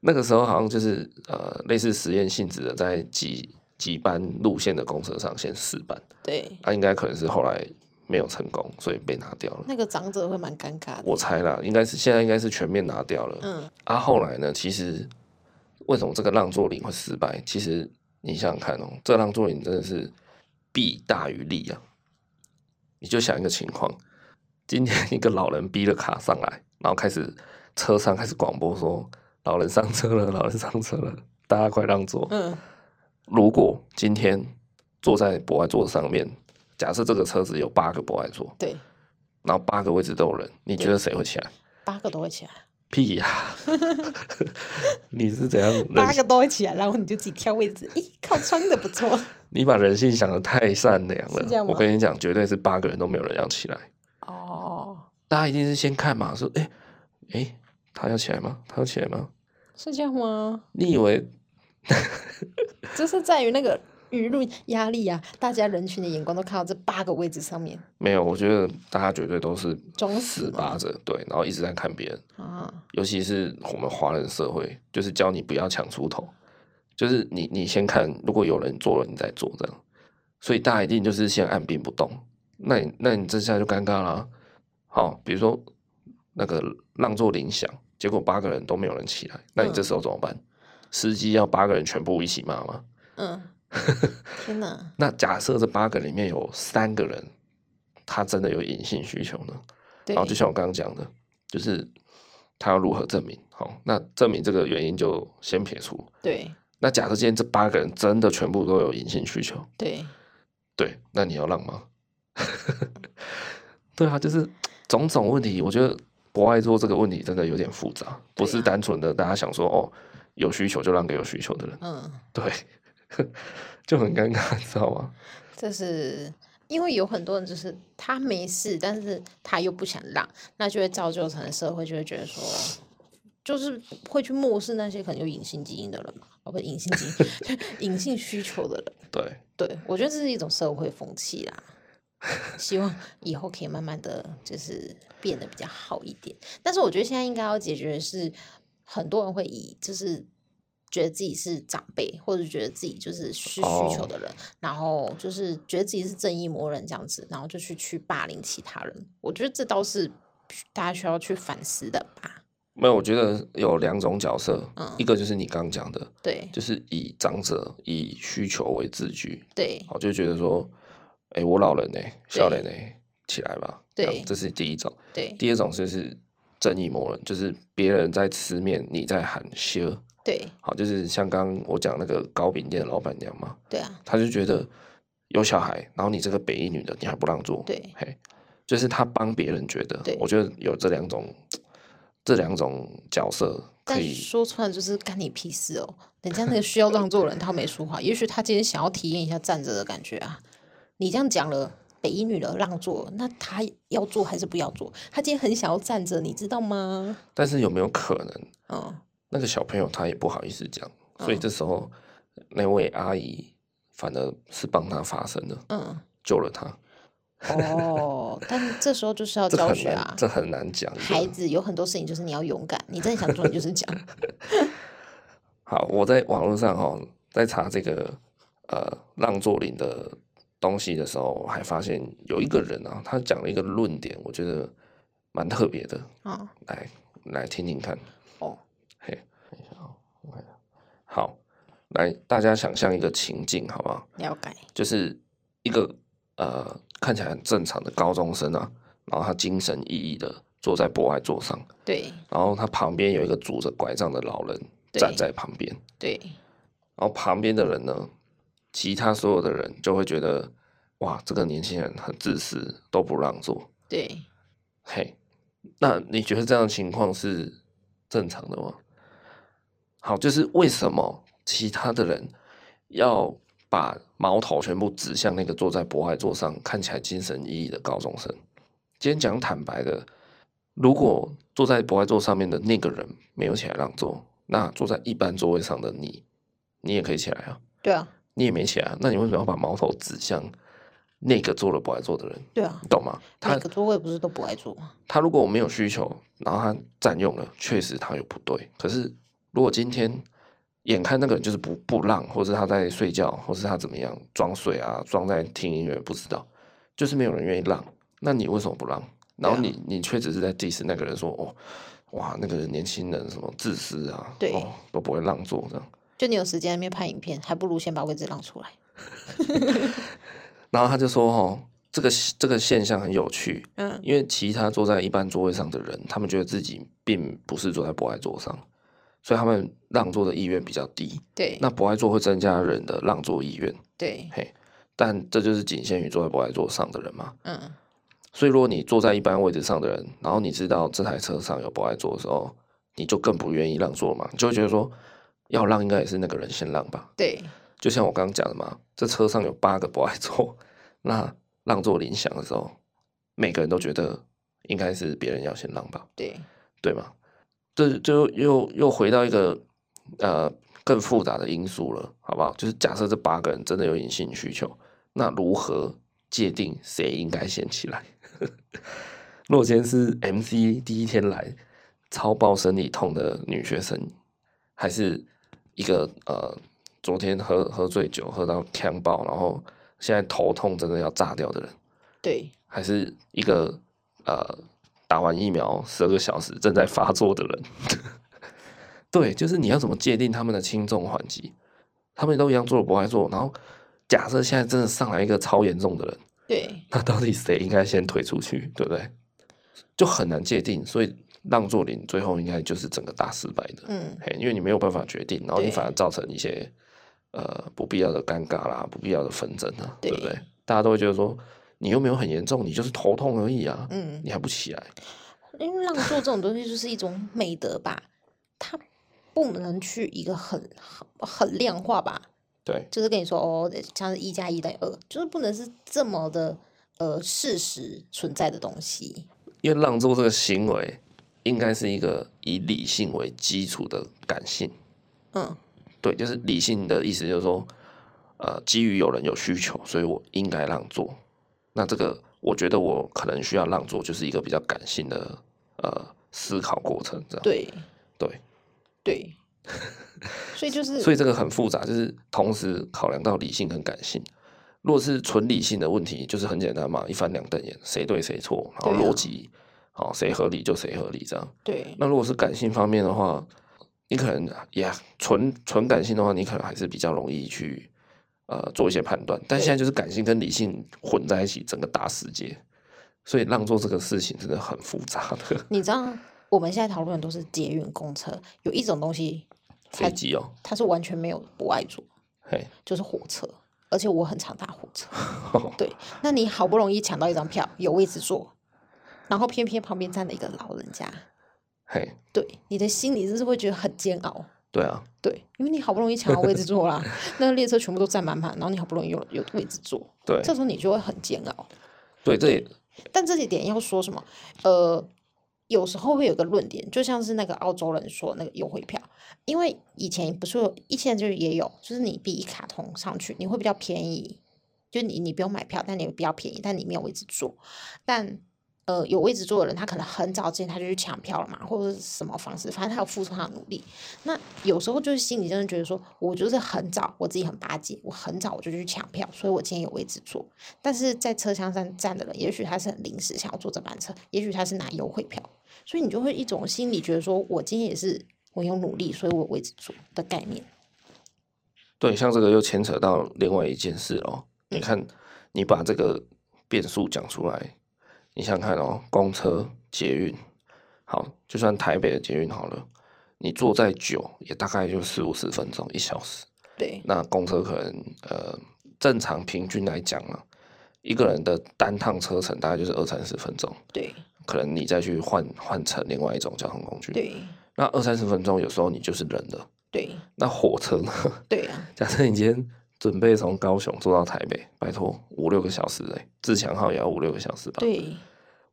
Speaker 1: 那个时候好像就是呃，类似实验性质的，在几几班路线的公车上先试办，
Speaker 2: 对，
Speaker 1: 啊，应该可能是后来没有成功，所以被拿掉了。
Speaker 2: 那个长者会蛮尴尬的。
Speaker 1: 我猜啦，应该是现在应该是全面拿掉了。
Speaker 2: 嗯，
Speaker 1: 啊，后来呢，其实为什么这个让座林会失败？其实你想想看哦，这让座林真的是弊大于利啊！你就想一个情况，今天一个老人逼了卡上来，然后开始车上开始广播说：“老人上车了，老人上车了，大家快让座。
Speaker 2: 嗯，”
Speaker 1: 如果今天坐在博爱座上面，假设这个车子有八个博爱座，
Speaker 2: 对，
Speaker 1: 然后八个位置都有人，你觉得谁会起来？
Speaker 2: 八个都会起来，
Speaker 1: 屁呀、 你是怎样人性？
Speaker 2: 八个都会起来，然后你就自己挑位置。咦，靠窗的不错。
Speaker 1: 你把人性想得太善良
Speaker 2: 是这
Speaker 1: 了。
Speaker 2: 样吗
Speaker 1: 我跟你讲，绝对是八个人都没有人要起来，
Speaker 2: 哦，
Speaker 1: 大家一定是先看嘛，说，哎、哎、他要起来吗？他要起来吗？
Speaker 2: 是这样吗？
Speaker 1: 你以为
Speaker 2: 就是在于那个舆论压力啊，大家人群的眼光都看到这八个位置上面
Speaker 1: 没有？我觉得大家绝对都是
Speaker 2: 装死
Speaker 1: 死
Speaker 2: 嘛
Speaker 1: 扒着，对，然后一直在看别人，
Speaker 2: 啊，
Speaker 1: 尤其是我们华人社会，就是教你不要抢出头，就是你你先看，如果有人做了，你再做这样，所以大家一定就是先按兵不动。那你那你这下就尴尬啦、好，比如说那个让座铃响，结果八个人都没有人起来，那你这时候怎么办？司机要八个人全部一起骂吗？
Speaker 2: 嗯，天哪，
Speaker 1: 那假设这八个里面有三个人，他真的有隐性需求呢？
Speaker 2: 对
Speaker 1: 然后就像我刚刚讲的，就是他要如何证明？好，那证明这个原因就先撇除。
Speaker 2: 对
Speaker 1: 那假设今天这八个人真的全部都有隐性需求，
Speaker 2: 对，
Speaker 1: 对，那你要让吗？ 对啊，就是种种问题，我觉得博爱做这个问题真的有点复杂，不是
Speaker 2: 对啊
Speaker 1: 单纯的大家想说哦，有需求就让给有需求的人，
Speaker 2: 嗯，
Speaker 1: 对， 就很尴尬，你知道吗？
Speaker 2: 这是因为有很多人就是他没事，但是他又不想让，那就会造就成社会就会觉得说，就是会去漠视那些可能有隐性基因的人嘛，哦不，隐性基因， 隐性需求的人。
Speaker 1: 对，
Speaker 2: 对，我觉得这是一种社会风气啦。 希望以后可以慢慢的就是变得比较好一点，但是我觉得现在应该要解决的是，很多人会以就是觉得自己是长辈，或者觉得自己就是是需求
Speaker 1: 哦
Speaker 2: 的人然后就是觉得自己是正义魔人这样子，然后就去去霸凌其他人。我觉得这倒是大家需要去反思的吧。
Speaker 1: 没有，我觉得有两种角色，
Speaker 2: 嗯
Speaker 1: 一个就是你刚刚讲的，
Speaker 2: 对
Speaker 1: 就是以长者以需求为自居，
Speaker 2: 对
Speaker 1: 我就觉得说，哎、我老人呢、少年呢、起来吧。
Speaker 2: 对
Speaker 1: 这样这是第一种。
Speaker 2: 对
Speaker 1: 第二种就是正义魔人，就是别人在吃面，你在喊羞。
Speaker 2: 对
Speaker 1: 好，就是像刚我讲那个糕饼店的老板娘嘛，
Speaker 2: 对啊，
Speaker 1: 她就觉得有小孩，然后你这个北一女的，你还不让做，
Speaker 2: 对
Speaker 1: 嘿，就是她帮别人觉得
Speaker 2: 对，
Speaker 1: 我觉得有这两种，这两种角色可
Speaker 2: 但
Speaker 1: 以
Speaker 2: 说穿了就是干你屁事哦。人家那个需要让座的人他没说话，也许他今天想要体验一下站着的感觉啊。你这样讲了，北一女的让座，那他要做还是不要做？他今天很想要站着，你知道吗？
Speaker 1: 但是有没有可能，
Speaker 2: 嗯，
Speaker 1: 那个小朋友他也不好意思讲，所以
Speaker 2: 嗯
Speaker 1: 这时候那位阿姨反而是帮他发声的，
Speaker 2: 嗯，
Speaker 1: 救了他。
Speaker 2: 哦，但这时候就是要
Speaker 1: 这
Speaker 2: 教
Speaker 1: 很
Speaker 2: 学啊
Speaker 1: 难，。这很难讲的。
Speaker 2: 孩子有很多事情就是你要勇敢，你真的想做你就是讲。
Speaker 1: 好，我在网络上哈、哦，在查这个呃让座林的东西的时候，我还发现有一个人啊，他讲了一个论点，我觉得蛮特别的，
Speaker 2: 啊、
Speaker 1: 来来听听看。
Speaker 2: 哦，
Speaker 1: 嘿，等一下哦，我看一下好，来大家想象一个情境，好不好？
Speaker 2: 了解。
Speaker 1: 就是一个呃看起来很正常的高中生啊，然后他精神奕奕的坐在博爱座上，
Speaker 2: 对
Speaker 1: 然后他旁边有一个拄着拐杖的老人
Speaker 2: 对
Speaker 1: 站在旁边，
Speaker 2: 对
Speaker 1: 然后旁边的人呢，其他所有的人就会觉得哇，这个年轻人很自私，都不让座。
Speaker 2: 对，
Speaker 1: 嘿，那你觉得这样的情况是正常的吗？好，就是为什么其他的人要把矛头全部指向那个坐在博爱座上看起来精神奕奕的高中生？今天讲坦白的，如果坐在博爱座上面的那个人没有起来让座，那坐在一般座位上的你，你也可以起来啊，
Speaker 2: 对啊，
Speaker 1: 你也没起来啊，那你为什么要把矛头指向那个坐了博爱座的人？
Speaker 2: 对啊
Speaker 1: 你，懂吗？他
Speaker 2: 每个座位不是都不爱坐吗？
Speaker 1: 他如果没有需求，然后他占用了，确实他有不对。可是如果今天眼看那个人就是不不让，或是他在睡觉，或是他怎么样装睡啊，装在听音乐，不知道，就是没有人愿意让，那你为什么不让？然后
Speaker 2: 对
Speaker 1: 你、你却只是在 diss 那个人说哦，哇，那个年轻人什么自私啊，
Speaker 2: 对
Speaker 1: 哦，都不会让座这样。
Speaker 2: 就你有时间在那边拍影片，还不如先把位置让出来。
Speaker 1: 然后他就说哦，这个这个现象很有趣，
Speaker 2: 嗯，
Speaker 1: 因为其他坐在一般座位上的人，他们觉得自己并不是坐在博爱座上，所以他们让座的意愿比较低。
Speaker 2: 对
Speaker 1: 那博爱座会增加人的让座意愿，
Speaker 2: 对，
Speaker 1: 但这就是仅限于坐在博爱座上的人嘛。
Speaker 2: 嗯，
Speaker 1: 所以如果你坐在一般位置上的人，然后你知道这台车上有博爱座的时候，你就更不愿意让座了嘛，你就会觉得说要让应该也是那个人先让吧。
Speaker 2: 对
Speaker 1: 就像我刚刚讲的嘛，这车上有八个不爱坐，那让座铃响的时候，每个人都觉得应该是别人要先让吧，
Speaker 2: 对
Speaker 1: 对吗？这就又又回到一个呃更复杂的因素了，好不好？就是假设这八个人真的有隐性需求，那如何界定谁应该先起来？ 若今天是 MC 第一天来超爆生理痛的女学生，还是一个呃昨天喝喝醉酒喝到呛爆，然后现在头痛真的要炸掉的人，
Speaker 2: 对
Speaker 1: 还是一个呃打完疫苗十二个小时正在发作的人。 对，就是你要怎么界定他们的轻重缓急？他们都一样做了不爱做，然后假设现在真的上来一个超严重的人，
Speaker 2: 对
Speaker 1: 那到底谁应该先推出去，对不对？就很难界定，所以让座林最后应该就是整个大失败的。
Speaker 2: 嗯，
Speaker 1: 嘿，因为你没有办法决定，然后你
Speaker 2: 对
Speaker 1: 反而造成一些呃不必要的尴尬啦、不必要的纷争啊，对不
Speaker 2: 对
Speaker 1: 对？大家都会觉得说，你又没有很严重，你就是头痛而已啊，
Speaker 2: 嗯
Speaker 1: 你还不起来？
Speaker 2: 因为让座这种东西就是一种美德吧，它不能去一个很很很量化吧，
Speaker 1: 对
Speaker 2: 就是跟你说哦，像是一加一等于二，就是不能是这么的呃事实存在的东西。
Speaker 1: 因为让座这个行为应该是一个以理性为基础的感性，
Speaker 2: 嗯，
Speaker 1: 对，就是理性的意思就是说，呃，基于有人有需求，所以我应该让座。那这个我觉得我可能需要让座，就是一个比较感性的呃思考过程，这样
Speaker 2: 对
Speaker 1: 对。
Speaker 2: 对，所以就是
Speaker 1: 所以这个很复杂，就是同时考量到理性跟感性。若是纯理性的问题，就是很简单嘛，一翻两瞪眼，谁对谁错，然后
Speaker 2: 对啊
Speaker 1: 逻辑，好、谁合理就谁合理这样。
Speaker 2: 对
Speaker 1: 那如果是感性方面的话，你可能也纯纯感性的话，你可能还是比较容易去呃做一些判断。但现在就是感性跟理性混在一起，整个大世界，所以让座这个事情真的很复杂的。
Speaker 2: 你知道我们现在讨论的都是捷运、公车，有一种东西
Speaker 1: 飞机哦，
Speaker 2: 它是完全没有不爱坐，
Speaker 1: 嘿，
Speaker 2: 就是火车，而且我很常搭火车。对，那你好不容易抢到一张票，有位置坐，然后偏偏旁边站了一个老人家，
Speaker 1: 嘿，
Speaker 2: 对，你的心里就是会觉得很煎熬。
Speaker 1: 对啊，
Speaker 2: 对，因为你好不容易抢到位置坐啦，那列车全部都站满满，然后你好不容易有有位置坐，
Speaker 1: 对
Speaker 2: 这时候你就会很煎熬。
Speaker 1: 对，这也
Speaker 2: 但这一点要说什么？呃，有时候会有个论点，就像是那个澳洲人说那个优惠票，因为以前不是有，一现在就也有，就是你比一卡通上去，你会比较便宜，就你你不用买票，但你比较便宜，但你没有位置坐，但。呃，有位置坐的人，他可能很早之前他就去抢票了嘛，或者是什么方式，反正他有付出他的努力。那有时候就是心里真的觉得说，我就是很早，我自己很巴结，我很早我就去抢票，所以我今天有位置坐。但是在车厢上站的人，也许他是很临时想要坐这班车，也许他是拿优惠票，所以你就会一种心里觉得说，我今天也是我有努力，所以我有位置坐的概念。
Speaker 1: 对，像这个又牵扯到另外一件事哦。你
Speaker 2: 嗯
Speaker 1: 看，你把这个变数讲出来，你想看哦，公车、捷运，好，就算台北的捷运好了，你坐再久也大概就四五十分钟，一小时。
Speaker 2: 对，
Speaker 1: 那公车可能呃，正常平均来讲啊，一个人的单趟车程大概就是二三十分钟，
Speaker 2: 对，
Speaker 1: 可能你再去换换成另外一种交通工具。
Speaker 2: 对，
Speaker 1: 那二三十分钟有时候你就是人了。
Speaker 2: 对，
Speaker 1: 那火车呢？
Speaker 2: 对啊，
Speaker 1: 假设你今天准备从高雄坐到台北，拜托五六个小时哎、自强号也要五六个小时吧？
Speaker 2: 对，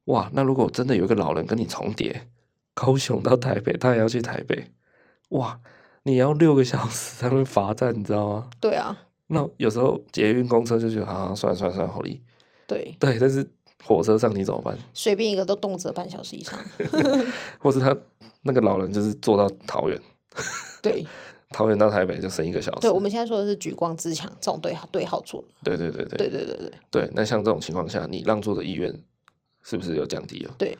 Speaker 1: 哇，那如果真的有一个老人跟你重叠，高雄到台北，他也要去台北，哇，你要六个小时才会罚站，你知道吗？
Speaker 2: 对啊，
Speaker 1: 那有时候捷运、公车就觉得啊，算了算了算了，好力。
Speaker 2: 对，
Speaker 1: 对，但是火车上你怎么办？
Speaker 2: 随便一个都动辄半小时以上。
Speaker 1: 或是他那个老人就是坐到桃园，
Speaker 2: 对，
Speaker 1: 桃园到台北就剩一个小时。
Speaker 2: 对，我们现在说的是举光之强这种对号对号坐的。
Speaker 1: 对对对对
Speaker 2: 对对对对
Speaker 1: 对，那像这种情况下，你让座的意愿是不是有降低了？
Speaker 2: 对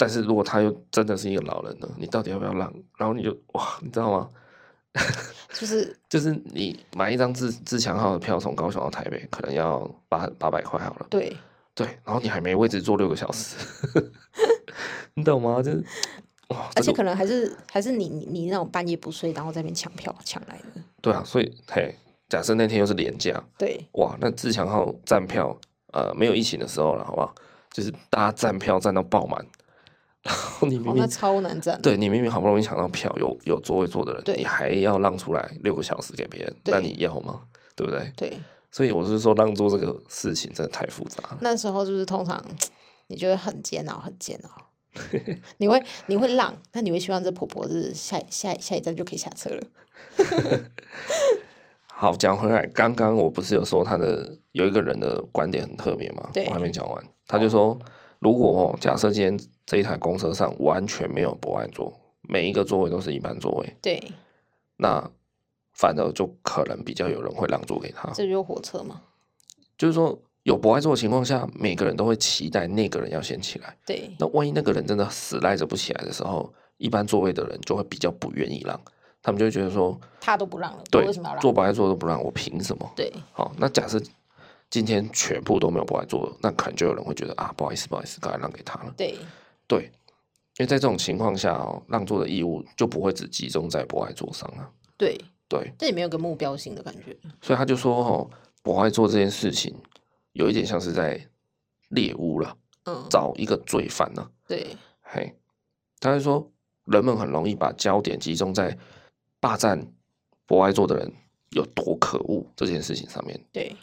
Speaker 1: 但是如果他又真的是一个老人呢，你到底要不要让？然后你就 哇，你知道吗？
Speaker 2: 就是
Speaker 1: 就是你买一张自自强号的票从高雄到台北，可能要八八百块好了。
Speaker 2: 对
Speaker 1: 对，然后你还没位置坐六个小时， 你懂吗？就是哇，
Speaker 2: 而
Speaker 1: 这
Speaker 2: 且
Speaker 1: 个
Speaker 2: 可能还是还是你你你那种半夜不睡，然后在那边抢票抢来的。
Speaker 1: 对啊，所以嘿，假设那天又是廉价，
Speaker 2: 对
Speaker 1: 哇，那自强号站票呃没有疫情的时候了，好不好？就是大家站票站到爆满，然后你明
Speaker 2: 哦，
Speaker 1: 明、
Speaker 2: 那超难站。
Speaker 1: 对你明明好不容易抢到票，有有座位坐的人，
Speaker 2: 对
Speaker 1: 你还要让出来六个小时给别人，那
Speaker 2: 对
Speaker 1: 你要吗？对不对？
Speaker 2: 对，
Speaker 1: 所以我是说，让座这个事情真的太复杂了。
Speaker 2: 那时候就是通常你就会很煎熬，很煎熬。 你会你会让，那你会希望这婆婆是下下下一站就可以下车了。
Speaker 1: 好，讲回来，刚刚我不是有说他的有一个人的观点很特别吗？
Speaker 2: 对
Speaker 1: 我还没讲完，他就说，如果、哦、假设今天这一台公车上完全没有博爱座，每一个座位都是一般座位，
Speaker 2: 对，
Speaker 1: 那反而就可能比较有人会让座给他。
Speaker 2: 这就是火车嘛。
Speaker 1: 就是说，有博爱座的情况下，每个人都会期待那个人要先起来。
Speaker 2: 对
Speaker 1: 那万一那个人真的死赖着不起来的时候，一般座位的人就会比较不愿意让，他们就会觉得说，
Speaker 2: 他都不让了，我
Speaker 1: 对
Speaker 2: 为什么要，让？
Speaker 1: 坐不爱坐都不让，我凭什么？
Speaker 2: 对
Speaker 1: 好，那假设今天全部都没有不爱坐的，那可能就有人会觉得啊，不好意思，不好意思，刚才让给他了。
Speaker 2: 对
Speaker 1: 对，因为在这种情况下哦，让座的义务就不会只集中在不爱坐上啊。
Speaker 2: 对，
Speaker 1: 对，
Speaker 2: 这里面有个目标性的感觉。
Speaker 1: 所以他就说哦，不爱坐这件事情有一点像是在猎巫了，
Speaker 2: 嗯，
Speaker 1: 找一个罪犯啊呢、
Speaker 2: 对
Speaker 1: 嘿，他就说，人们很容易把焦点集中在霸占博爱座的人有多可恶这件事情上面，
Speaker 2: 对，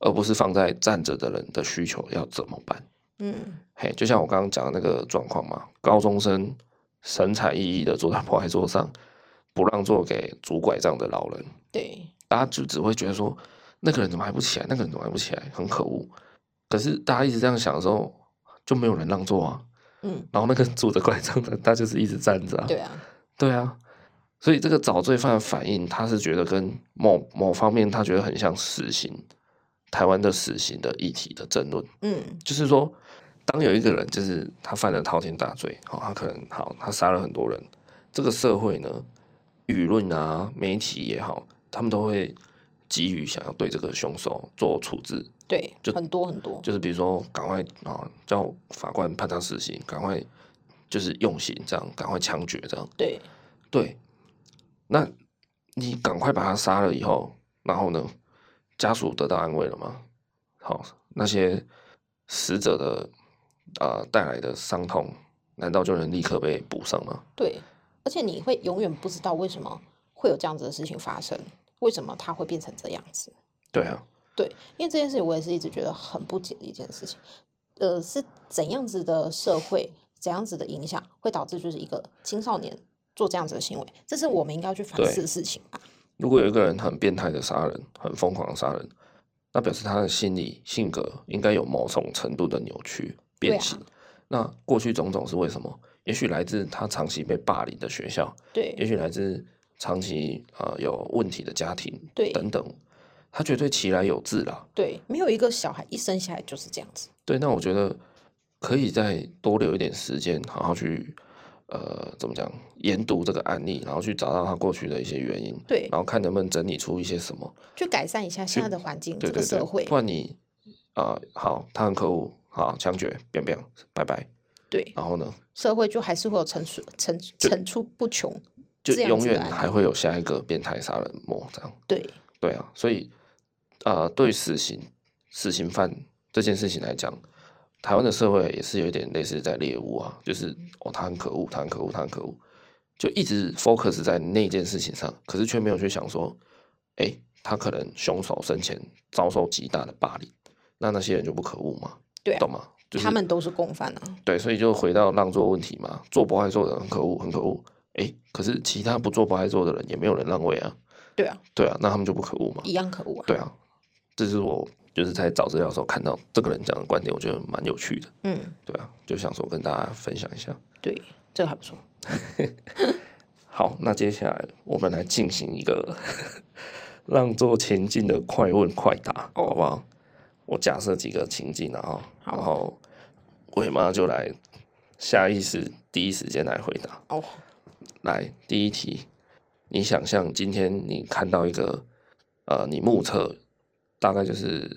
Speaker 1: 而不是放在站着的人的需求要怎么办。
Speaker 2: 嗯，
Speaker 1: 嘿，就像我刚刚讲的那个状况嘛，高中生神采奕奕的坐在博爱座上，不让座给拄拐杖的老人，
Speaker 2: 对
Speaker 1: 大家就只会觉得说，那个人怎么还不起来，那个人怎么还不起来，很可恶。可是大家一直这样想的时候，就没有人让座啊。
Speaker 2: 嗯，
Speaker 1: 然后那个拄着拐杖的，他就是一直站着啊。
Speaker 2: 对啊，
Speaker 1: 对啊，所以这个找罪犯的反应，他是觉得跟某某方面，他觉得很像死刑，台湾的死刑的议题的争论，
Speaker 2: 嗯
Speaker 1: 就是说，当有一个人就是他犯了滔天大罪，好、他可能好，他杀了很多人，这个社会呢，舆论啊，媒体也好，他们都会急于想要对这个凶手做处置，
Speaker 2: 对，
Speaker 1: 就
Speaker 2: 很多很多，
Speaker 1: 就是比如说赶快啊，叫法官判他死刑，赶快就是用刑这样，赶快枪决这样。
Speaker 2: 对，
Speaker 1: 对，那你赶快把他杀了以后，然后呢，家属得到安慰了吗？好，那些死者的呃带来的伤痛，难道就能立刻被补上吗？
Speaker 2: 对，而且你会永远不知道为什么会有这样子的事情发生，为什么它会变成这样子。
Speaker 1: 对啊，
Speaker 2: 对，因为这件事情我也是一直觉得很不解的一件事情，呃，是怎样子的社会，怎样子的影响会导致就是一个青少年做这样子的行为，这是我们应该要去反
Speaker 1: 对
Speaker 2: 思的事情吧？
Speaker 1: 如果有一个人很变态的杀人，很疯狂的杀人，那表示他的心理性格应该有某种程度的扭曲
Speaker 2: 对
Speaker 1: 变
Speaker 2: 啊
Speaker 1: 形。那过去种种是为什么？也许来自他长期被霸凌的学校，也
Speaker 2: 对，
Speaker 1: 许来自长期呃有问题的家庭，
Speaker 2: 对
Speaker 1: 等等，他绝对其来有自啦。
Speaker 2: 对，没有一个小孩一生下来就是这样子。
Speaker 1: 对，那我觉得可以再多留一点时间，好好去呃怎么讲研读这个案例，然后去找到他过去的一些原因，
Speaker 2: 对
Speaker 1: 然后看能不能整理出一些什么。
Speaker 2: 去改善一下现在的环境，
Speaker 1: 对
Speaker 2: 这
Speaker 1: 对
Speaker 2: 个社
Speaker 1: 对，
Speaker 2: 会
Speaker 1: 不，然你啊、呃好，他很可恶，好枪决，变变，拜拜。
Speaker 2: 对
Speaker 1: 然后呢，
Speaker 2: 社会就还是会有层出层层出不穷，
Speaker 1: 就
Speaker 2: 这样
Speaker 1: 永
Speaker 2: 子的
Speaker 1: 远
Speaker 2: 案
Speaker 1: 还会有下一个变态杀人魔这样。
Speaker 2: 对
Speaker 1: 对啊，所以呃，对死刑死刑犯这件事情来讲，台湾的社会也是有一点类似在猎物啊，就是
Speaker 2: 嗯
Speaker 1: 哦，他很可恶，他很可恶，他很可恶，就一直 focus 在那件事情上，可是却没有去想说，哎，他可能凶手生前遭受极大的霸凌，那那些人就不可恶吗？
Speaker 2: 对啊
Speaker 1: 懂吗？就是
Speaker 2: 他们都是共犯啊，
Speaker 1: 对，所以就回到让座问题嘛，做不爱做的人很可恶，很可恶。哎，可是其他不做不爱做的人也没有人让位啊，
Speaker 2: 对啊，
Speaker 1: 对啊，那他们就不可恶嘛。
Speaker 2: 一样可恶啊，
Speaker 1: 对啊，这是我就是在找资料的时候看到这个人讲的观点，我觉得蛮有趣的。
Speaker 2: 嗯，
Speaker 1: 对啊，就想说跟大家分享一下。
Speaker 2: 对，这个还不错，
Speaker 1: 好，那接下来我们来进行一个 让座情境的快问快答，好不好？我假设几个情境啊，
Speaker 2: 哦好
Speaker 1: 然后我妈就来下意识第一时间来回答。
Speaker 2: 哦，
Speaker 1: 来，第一题，你想象今天你看到一个，呃，你目测大概就是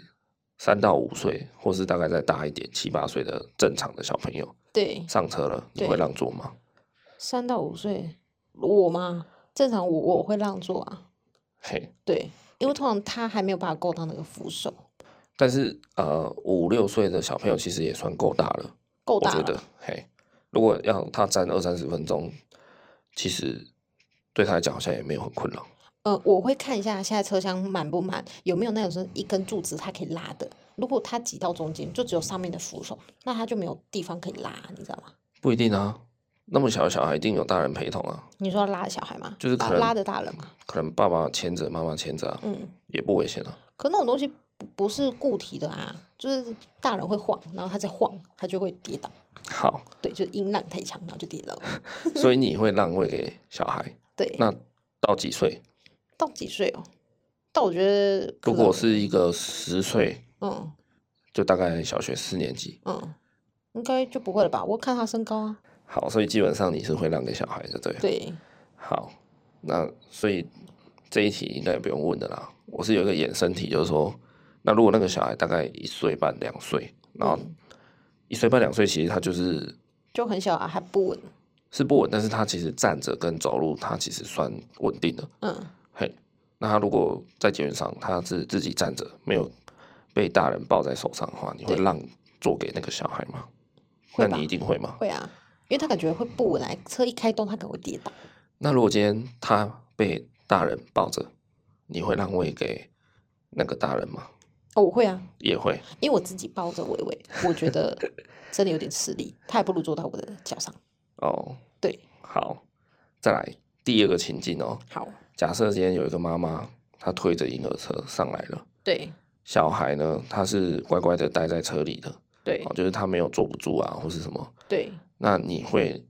Speaker 1: 三到五岁，或是大概再大一点七八岁的正常的小朋友
Speaker 2: 对，
Speaker 1: 上车了，你
Speaker 2: 对
Speaker 1: 会让座吗？
Speaker 2: 三到五岁，我吗？正常我我会让座啊，
Speaker 1: 嘿，
Speaker 2: 对，因为通常他还没有办法够到那个扶手，
Speaker 1: 但是呃，五六岁的小朋友其实也算够大了，
Speaker 2: 够
Speaker 1: 我
Speaker 2: 大
Speaker 1: 觉得
Speaker 2: 了，，
Speaker 1: 嘿，如果要他站二三十分钟，其实对他来讲好像也没有很困扰。
Speaker 2: 呃，我会看一下现在车厢满不满，有没有那种是一根柱子它可以拉的。如果它挤到中间，就只有上面的扶手，那它就没有地方可以拉，你知道吗？
Speaker 1: 不一定啊，那么小的小孩一定有大人陪同啊，
Speaker 2: 你说拉小孩吗？
Speaker 1: 就是
Speaker 2: 拉
Speaker 1: 可能
Speaker 2: 拉的大人嘛。
Speaker 1: 可能爸爸牵着，妈妈牵着啊，
Speaker 2: 嗯，
Speaker 1: 也不危险啊。
Speaker 2: 可那种东西不不是固体的啊，就是大人会晃，然后他再晃，他就会跌倒。
Speaker 1: 好，
Speaker 2: 对，就是音浪太强，然后就跌倒了。
Speaker 1: 所以你会让位给小孩？
Speaker 2: 对，
Speaker 1: 那到几岁？
Speaker 2: 到几岁哦？但我觉得可
Speaker 1: 如果
Speaker 2: 能
Speaker 1: 是一个十岁，
Speaker 2: 嗯
Speaker 1: 就大概小学四年级。
Speaker 2: 嗯，应该就不会了吧？我看他身高啊。
Speaker 1: 好，所以基本上你是会让给小孩的，对了。
Speaker 2: 对，
Speaker 1: 好，那所以这一题应该也不用问的啦。我是有一个衍生题，就是说，那如果那个小孩大概一岁半、两岁，然后
Speaker 2: 嗯
Speaker 1: 一岁半、两岁，其实他就是
Speaker 2: 就很小啊，还不稳。
Speaker 1: 是不稳，但是他其实站着跟走路，他其实算稳定的。
Speaker 2: 嗯，
Speaker 1: 嘿，那他如果在捷运上，他是自己站着，没有被大人抱在手上的话，你会
Speaker 2: 对
Speaker 1: 让座给那个小孩吗？
Speaker 2: 会
Speaker 1: 那
Speaker 2: 吧
Speaker 1: 你一定会吗？
Speaker 2: 会啊，因为他感觉会不稳来，车一开动他可能会跌倒。
Speaker 1: 那如果今天他被大人抱着，你会让位给那个大人吗？
Speaker 2: 哦，我会啊，
Speaker 1: 也会。
Speaker 2: 因为我自己抱着伟伟，我 觉得真的有点吃力，他还不如坐到我的脚上。
Speaker 1: 哦，
Speaker 2: 对，
Speaker 1: 好，再来第二个情境哦。
Speaker 2: 好，
Speaker 1: 假设今天有一个妈妈，她推着婴儿车上来了，
Speaker 2: 对
Speaker 1: 小孩呢，他是乖乖的待在车里的，
Speaker 2: 对
Speaker 1: 哦，就是他没有坐不住啊，或是什么。
Speaker 2: 对，
Speaker 1: 那你会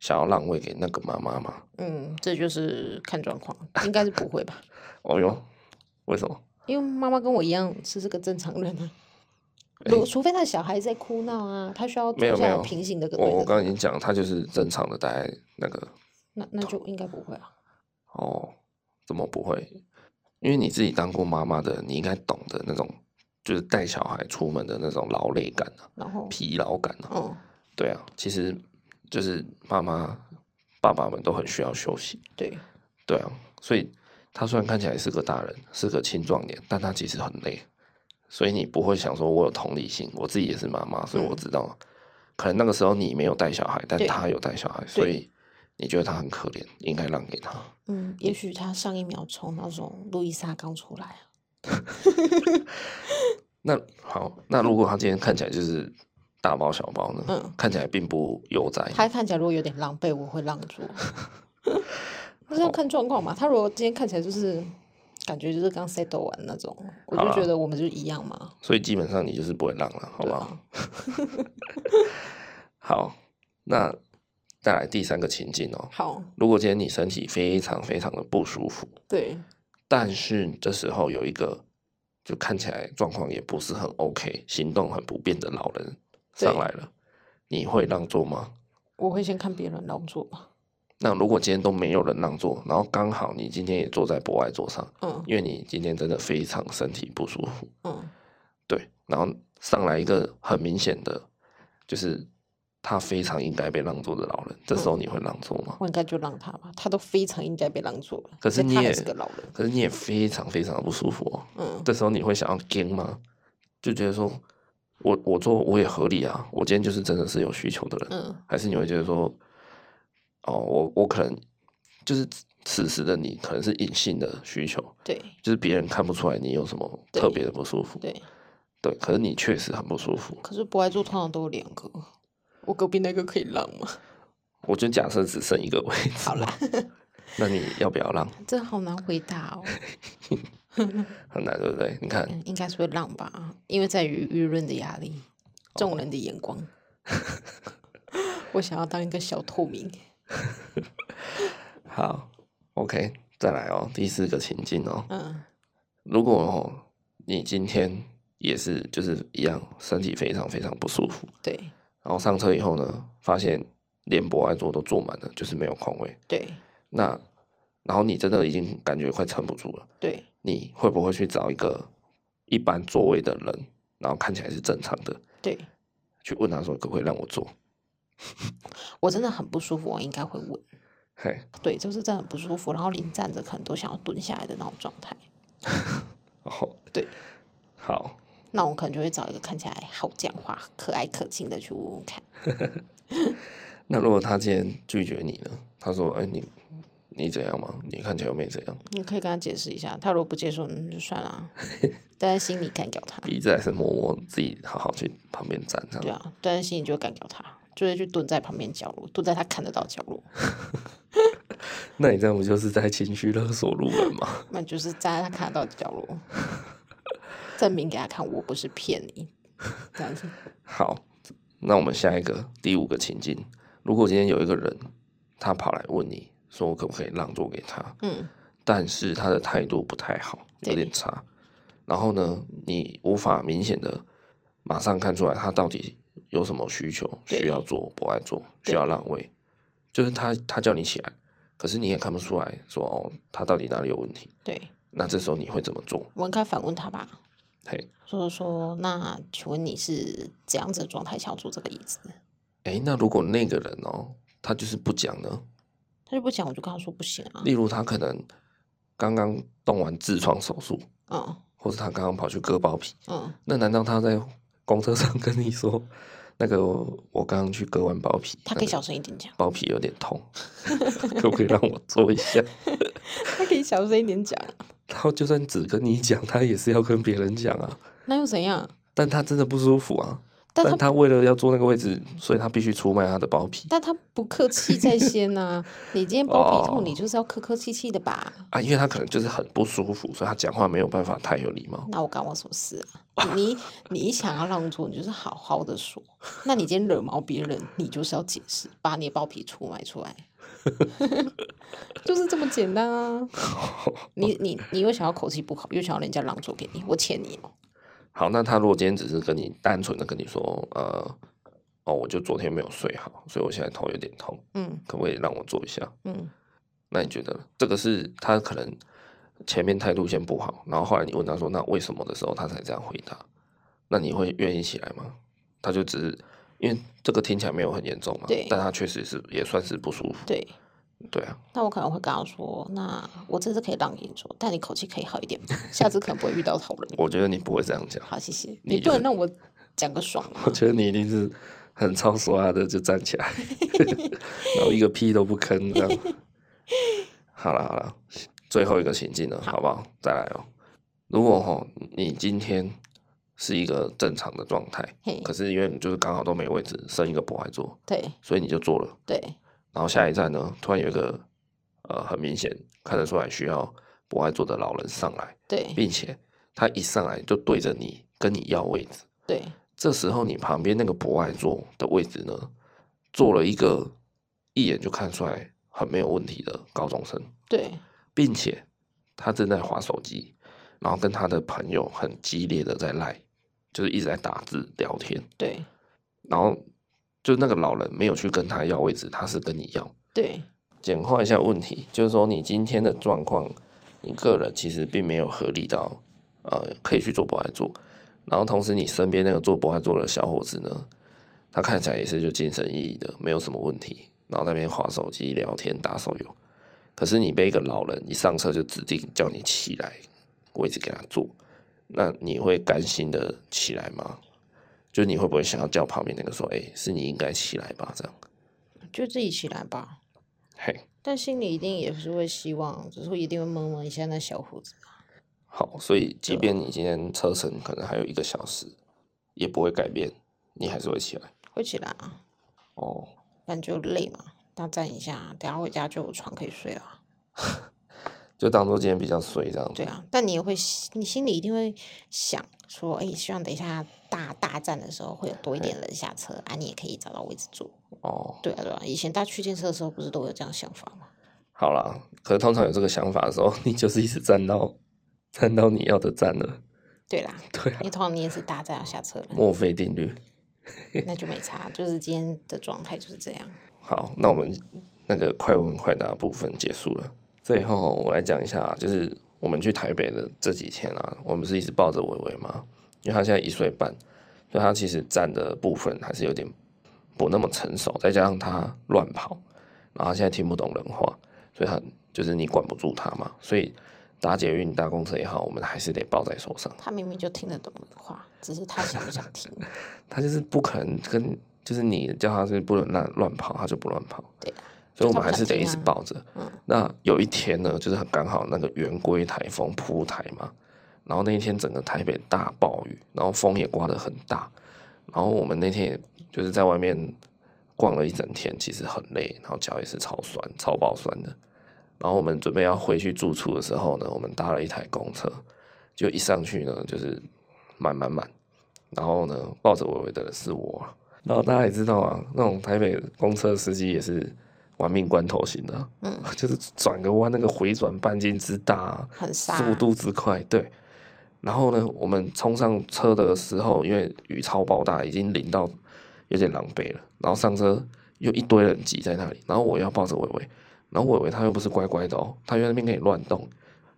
Speaker 1: 想要让位给那个妈妈吗？
Speaker 2: 嗯，这就是看状况，应该是不会吧？
Speaker 1: 哦哟，为什么？
Speaker 2: 因为妈妈跟我一样是这个正常人啊。如果除非他的小孩在哭闹啊，他需要
Speaker 1: 哎没有
Speaker 2: 坐下
Speaker 1: 没有
Speaker 2: 来平行的跟
Speaker 1: 我我
Speaker 2: 对
Speaker 1: 刚刚
Speaker 2: 的，
Speaker 1: 已经讲，他就是正常的待在那个
Speaker 2: 那那就应该不会啊。
Speaker 1: 哦，怎么不会？因为你自己当过妈妈的，你应该懂得那种就是带小孩出门的那种劳累感啊、
Speaker 2: 然后
Speaker 1: 疲劳感啊。
Speaker 2: 哦，
Speaker 1: 对啊，其实就是妈妈、爸爸们都很需要休息。
Speaker 2: 对，
Speaker 1: 对啊，所以他虽然看起来是个大人，是个青壮年，但他其实很累。所以你不会想说，我有同理心，我自己也是妈妈，所以我知道，可能那个时候你没有带小孩，但
Speaker 2: 嗯对
Speaker 1: 他有带小孩，所以你觉得他很可怜，应该让给他。
Speaker 2: 嗯，也许他上一秒从那种路易莎刚出来啊，
Speaker 1: 那好，那如果他今天看起来就是大包小包呢？
Speaker 2: 嗯
Speaker 1: 看起来并不悠哉。
Speaker 2: 他看起来如果有点狼狈，我会让座。 不是要看状况嘛？他如果今天看起来就是感觉就是刚 settle 完那种，我
Speaker 1: 好
Speaker 2: 就
Speaker 1: 啦
Speaker 2: 觉得我们就一样嘛。
Speaker 1: 所以基本上你就是不会让了，好不好？
Speaker 2: 啊
Speaker 1: 好，那再来第三个情境哦。
Speaker 2: 好，
Speaker 1: 如果今天你身体非常非常的不舒服，
Speaker 2: 对，
Speaker 1: 但是这时候有一个就看起来状况也不是很 OK，行动很不便的老人
Speaker 2: 对
Speaker 1: 上来了，你会让座吗？
Speaker 2: 我会先看别人让座吧。
Speaker 1: 那如果今天都没有人让座，然后刚好你今天也坐在博爱座上，
Speaker 2: 嗯
Speaker 1: 因为你今天真的非常身体不舒服，
Speaker 2: 嗯，
Speaker 1: 对，然后上来一个很明显的，就是他非常应该被让座的老人，这时候你会让座吗？
Speaker 2: 我应该就让他吧。他都非常应该被让座了，
Speaker 1: 可是
Speaker 2: 但
Speaker 1: 你
Speaker 2: 他
Speaker 1: 也
Speaker 2: 还是个老人。
Speaker 1: 可是你也非常非常的不舒服哦，
Speaker 2: 嗯，
Speaker 1: 这时候你会想要跟吗？就觉得说我我做我也合理啊，我今天就是真的是有需求的人，
Speaker 2: 嗯
Speaker 1: 还是你会觉得说，哦，我我可能就是此时的你可能是隐性的需求，
Speaker 2: 对
Speaker 1: 就是别人看不出来你有什么
Speaker 2: 对
Speaker 1: 特别的不舒服，
Speaker 2: 对。
Speaker 1: 对，可是你确实很不舒服。
Speaker 2: 可是博爱座通常都有两个，我隔壁那个可以让吗？
Speaker 1: 我就假设只剩一个位置，
Speaker 2: 好啦，
Speaker 1: 那你要不要让？
Speaker 2: 这好难回答哦。
Speaker 1: 很难，对不对？你看，
Speaker 2: 嗯，应该是会让吧，因为在于舆论的压力，众人的眼光。 我想要当一个小透明。
Speaker 1: 好，OK，再来哦，第四个情境哦，
Speaker 2: 嗯
Speaker 1: 如果哦，你今天也是就是一样，身体非常非常不舒服，，
Speaker 2: 对
Speaker 1: 然后上车以后呢，发现连博爱座都坐满了，就是没有空位，
Speaker 2: 对
Speaker 1: 那然后你真的已经感觉快撑不住了，
Speaker 2: 对，
Speaker 1: 你会不会去找一个一般座位的人，然后看起来是正常的，
Speaker 2: 对
Speaker 1: 去问他说可不可以让我坐？
Speaker 2: 我真的很不舒服，我应该会问。
Speaker 1: 嘿，
Speaker 2: 对，就是真的很不舒服，然后连站着可能都想要蹲下来的那种状态，
Speaker 1: 然后
Speaker 2: 对，
Speaker 1: 哦好，
Speaker 2: 那我可能就会找一个看起来好讲话、可爱可亲的去问问看。
Speaker 1: 那如果他今天拒绝你呢？他说：“哎、你你怎样嘛？你看起来又没怎样，
Speaker 2: 你可以跟他解释一下，他如果不接受，那就算了啊，但在心里干掉他。
Speaker 1: 鼻子还是摸摸，自己好好去旁边站这
Speaker 2: 对
Speaker 1: 样。
Speaker 2: 啊，但是心里就会干掉他，就会去蹲在旁边角落，蹲在他看得到角落，
Speaker 1: 那你这样不就是在情绪勒索路人吗？
Speaker 2: 那就是站在他看得到的角落，证明给他看我不是骗你，这样子。
Speaker 1: 好，那我们下一个第五个情境，如果今天有一个人他跑来问你说可不可以让座给他，
Speaker 2: 嗯，
Speaker 1: 但是他的态度不太好，有
Speaker 2: 对
Speaker 1: 点差。然后呢，你无法明显的马上看出来他到底有什么需求，
Speaker 2: 对
Speaker 1: 需要做不爱做，需
Speaker 2: 对
Speaker 1: 要让位。就是他他叫你起来，可是你也看不出来说哦，他到底哪里有问题。
Speaker 2: 对，
Speaker 1: 那这时候你会怎么做？
Speaker 2: 我应该反问他吧，
Speaker 1: 嘿，
Speaker 2: 说说那请问你是怎样子的状态想要坐这个椅子？
Speaker 1: 诶，那如果那个人哦，他就是不讲呢？
Speaker 2: 他就不讲，我就跟他说不行啊，
Speaker 1: 例如他可能刚刚动完痔疮手术，
Speaker 2: 嗯
Speaker 1: 或者他刚刚跑去割包皮，
Speaker 2: 嗯，
Speaker 1: 那难道他在公车上 跟你说，那个我刚刚去割完包皮，
Speaker 2: 他可以小声一点讲，
Speaker 1: 包皮有点痛， 可不可以让我做一下？
Speaker 2: 他可以小声一点讲，啊
Speaker 1: 然后就算只跟你讲，他也是要跟别人讲啊。
Speaker 2: 那又怎样？
Speaker 1: 但他真的不舒服啊，
Speaker 2: 但
Speaker 1: 但
Speaker 2: 他
Speaker 1: 他为了要坐那个位置，所以他必须出卖他的包皮
Speaker 2: 但他不客气在先呐、你今天包皮
Speaker 1: 哦
Speaker 2: 痛，你就是要客客气气的吧？
Speaker 1: 啊，因为他可能就是很不舒服，所以他讲话没有办法太有礼貌。
Speaker 2: 那我干我什么事啊？你你想要让座，你就是好好的说。那你今天惹毛别人，你就是要解释，把你的包皮出卖出来， 就是这么简单啊！你你你又想要口气不好，又想要人家让座给你，我欠你哦。
Speaker 1: 好，那他如果今天只是跟你单纯的跟你说，呃，哦，我就昨天没有睡好，所以我现在头有点痛，
Speaker 2: 嗯
Speaker 1: 可不可以让我做一下？
Speaker 2: 嗯，
Speaker 1: 那你觉得这个是他可能前面态度先不好，然后后来你问他说那为什么的时候，他才这样回答？那你会愿意起来吗？他就只是因为这个听起来没有很严重嘛
Speaker 2: 对，
Speaker 1: 但他确实是也算是不舒服，
Speaker 2: 对，
Speaker 1: 对啊，
Speaker 2: 那我可能会跟他说，那我这次可以让你说，但你口气可以好一点，下次可能不会遇到好人。
Speaker 1: 我觉得你不会这样讲，
Speaker 2: 好，谢谢。
Speaker 1: 你
Speaker 2: 你
Speaker 1: 就
Speaker 2: 不
Speaker 1: 是
Speaker 2: 能让我讲个爽啊吗
Speaker 1: 我？觉得你一定是很超刷的就站起来， 然后一个屁都不吭这样。好了好了，最后一个情境了，好不好？再来哦。如果吼你今天是一个正常的状态
Speaker 2: 嘿，
Speaker 1: 可是因为你就是刚好都没位置，剩一个博爱座，
Speaker 2: 对
Speaker 1: 所以你就做了。
Speaker 2: 对，
Speaker 1: 然后下一站呢，突然有一个呃很明显看得出来需要博爱座的老人上来，
Speaker 2: 对
Speaker 1: 并且他一上来就对着你跟你要位置，
Speaker 2: 对，
Speaker 1: 这时候你旁边那个博爱座的位置呢，坐了一个一眼就看出来很没有问题的高中生，
Speaker 2: 对，
Speaker 1: 并且他正在划手机，然后跟他的朋友很激烈的在赖，就是一直在打字聊天，
Speaker 2: 对，
Speaker 1: 然后就那个老人没有去跟他要位置，他是跟你要。
Speaker 2: 对，
Speaker 1: 简化一下问题，就是说你今天的状况，你个人其实并没有合理到呃可以去做博爱做，然后同时你身边那个做博爱做的小伙子呢，他看起来也是就精神奕奕的，没有什么问题，然后在那边划手机、聊天、打手游，可是你被一个老人一上车就指定叫你起来，位置给他坐，那你会甘心的起来吗？就你会不会想要叫旁边那个说，哎、是你应该起来吧？这样，
Speaker 2: 就自己起来吧。
Speaker 1: 嘿。
Speaker 2: 但心里一定也是会希望，只是一定会闷闷一下那小伙子。
Speaker 1: 好，所以即便你今天车程可能还有一个小时，也不会改变，你还是会起来。
Speaker 2: 会起来啊，
Speaker 1: 哦，
Speaker 2: 但就累嘛，大站一下，啊等下回家就有床可以睡啊。
Speaker 1: 就当做今天比较衰这样子。
Speaker 2: 对啊，但你也会心，你心里一定会想说，哎、希望等一下大大战的时候会有多一点人下车啊，你也可以找到位置坐。
Speaker 1: 哦，
Speaker 2: 对啊，对啊，以前搭区间车的时候不是都有这样想法吗？
Speaker 1: 好啦，可是通常有这个想法的时候， 你就是一直站到站到你要的站了。
Speaker 2: 对啦，
Speaker 1: 对啊
Speaker 2: 因，为通常你也是搭站要下车了，
Speaker 1: 墨菲定律。
Speaker 2: 那就没差，就是今天的状态就是这样。
Speaker 1: 好，那我们那个快问快答部分结束了。最后我来讲一下，就是我们去台北的这几天啊，我们是一直抱着伟伟嘛，因为他现在一岁半，所以他其实站的部分还是有点不那么成熟，再加上他乱跑，然后他现在听不懂人话，所以他就是你管不住他嘛，所以搭捷运、搭公车也好，我们还是得抱在手上。
Speaker 2: 他明明就听得懂你的话，只是他想不想听。
Speaker 1: 他就是不可能跟，就是你叫他是不能乱乱跑，他就不乱跑。
Speaker 2: 对啊，
Speaker 1: 所以我
Speaker 2: 就
Speaker 1: 们
Speaker 2: 他
Speaker 1: 还
Speaker 2: 不
Speaker 1: 是
Speaker 2: 想
Speaker 1: 得一
Speaker 2: 听
Speaker 1: 直
Speaker 2: 啊
Speaker 1: 抱着。那有一天呢，就是很刚好那个圆规台风扑台嘛，然后那一天整个台北大暴雨，然后风也刮得很大，然后我们那天也就是在外面逛了一整天，其实很累，然后脚也是超酸、超爆酸的。然后我们准备要回去住处的时候呢，我们搭了一台公车，就一上去呢就是满满满，然后呢抱着伟伟的人是我啊、然后大家也知道啊，那种台北公车司机也是玩命关头型的啊，
Speaker 2: 嗯
Speaker 1: 就是转个弯那个回转半径之大啊、
Speaker 2: 很傻
Speaker 1: 速度之快，对。然后呢，我们冲上车的时候，因为雨超爆大，已经淋到有点狼狈了。然后上车又一堆人挤在那里，然后我要抱着伟伟，然后伟伟他又不是乖乖的哦，他就在那边跟你乱动，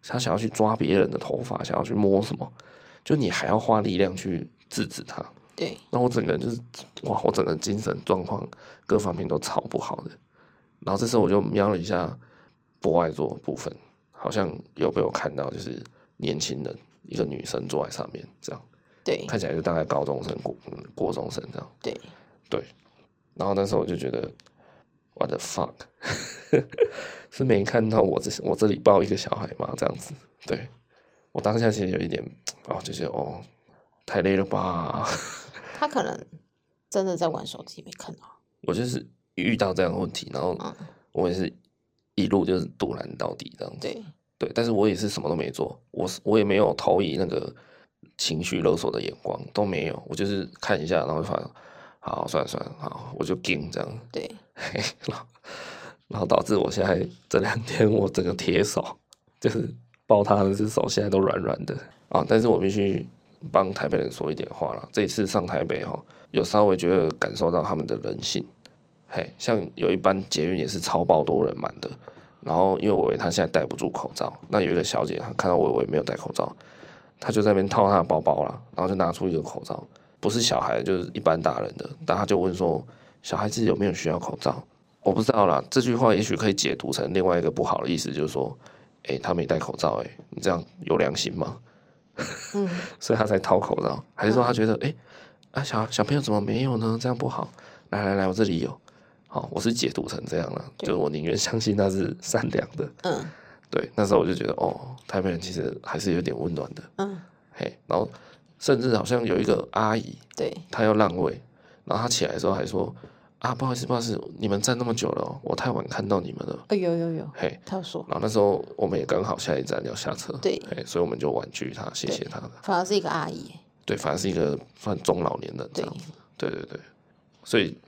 Speaker 1: 他想要去抓别人的头发，想要去摸什么，就你还要花力量去制止他。
Speaker 2: 对，
Speaker 1: 那我整个人就是哇，我整个精神状况各方面都超不好的。然后这时候我就瞄了一下博爱座的部分，好像有被我看到，就是年轻人一个女生坐在上面，这样
Speaker 2: 对，
Speaker 1: 看起来就大概高中生、国嗯国中生这样。
Speaker 2: 对，
Speaker 1: 对，然后那时候我就觉得，what the fuck，是没看到我这我这里抱一个小孩嘛，这样子。对我当下其实有一点哦，就是哦，太累了吧。
Speaker 2: 他可能真的在玩手机，没看到。
Speaker 1: 我就是遇到这样的问题，然后
Speaker 2: 嗯，
Speaker 1: 我也是一路就是堵拦到底这样子。
Speaker 2: 对，
Speaker 1: 对，但是我也是什么都没做，我是我也没有投以那个情绪勒索的眼光，都没有，我就是看一下，然后就发现，好，算了算了，好，我就顶这样，
Speaker 2: 对，
Speaker 1: 嘿，然后然后导致我现在这两天我整个铁手，就是抱他那只手现在都软软的啊。但是我必须帮台北人说一点话了，这一次上台北哦，有稍微觉得感受到他们的人性。嘿，像有一班捷运也是超爆多人满的，然后因为伟伟他现在戴不住口罩，那有一个小姐她看到伟伟没有戴口罩，他就在那边套他的包包啦，然后就拿出一个口罩，不是小孩就是一般大人的，但他就问说小孩子有没有需要口罩？我不知道啦，这句话也许可以解读成另外一个不好的意思，就是说，诶、他没戴口罩、诶，你这样有良心吗？
Speaker 2: 嗯，
Speaker 1: 所以他才掏口罩，还是说他觉得，哎、啊小小朋友怎么没有呢？这样不好。来来来，我这里有。好，我是解读成这样了，就
Speaker 2: 对
Speaker 1: 是我宁愿相信他是善良的。
Speaker 2: 嗯
Speaker 1: 对，那时候我就觉得，哦，台北人其实还是有点温暖的，
Speaker 2: 嗯，
Speaker 1: 嘿。然后甚至好像有一个阿姨，
Speaker 2: 对，
Speaker 1: 她要让位，然后她起来的时候还说，啊，不好意思，不好意思，你们站那么久了哦、我太晚看到你们了，
Speaker 2: 哦有有有，
Speaker 1: 嘿。
Speaker 2: 他有说，
Speaker 1: 然后那时候我们也刚好下一站要下车，
Speaker 2: 对
Speaker 1: 嘿，所以我们就婉拒她，谢谢她。
Speaker 2: 反而是一个阿姨，
Speaker 1: 对，反而是一个算中老年人这
Speaker 2: 对
Speaker 1: 样子。对对对，所以，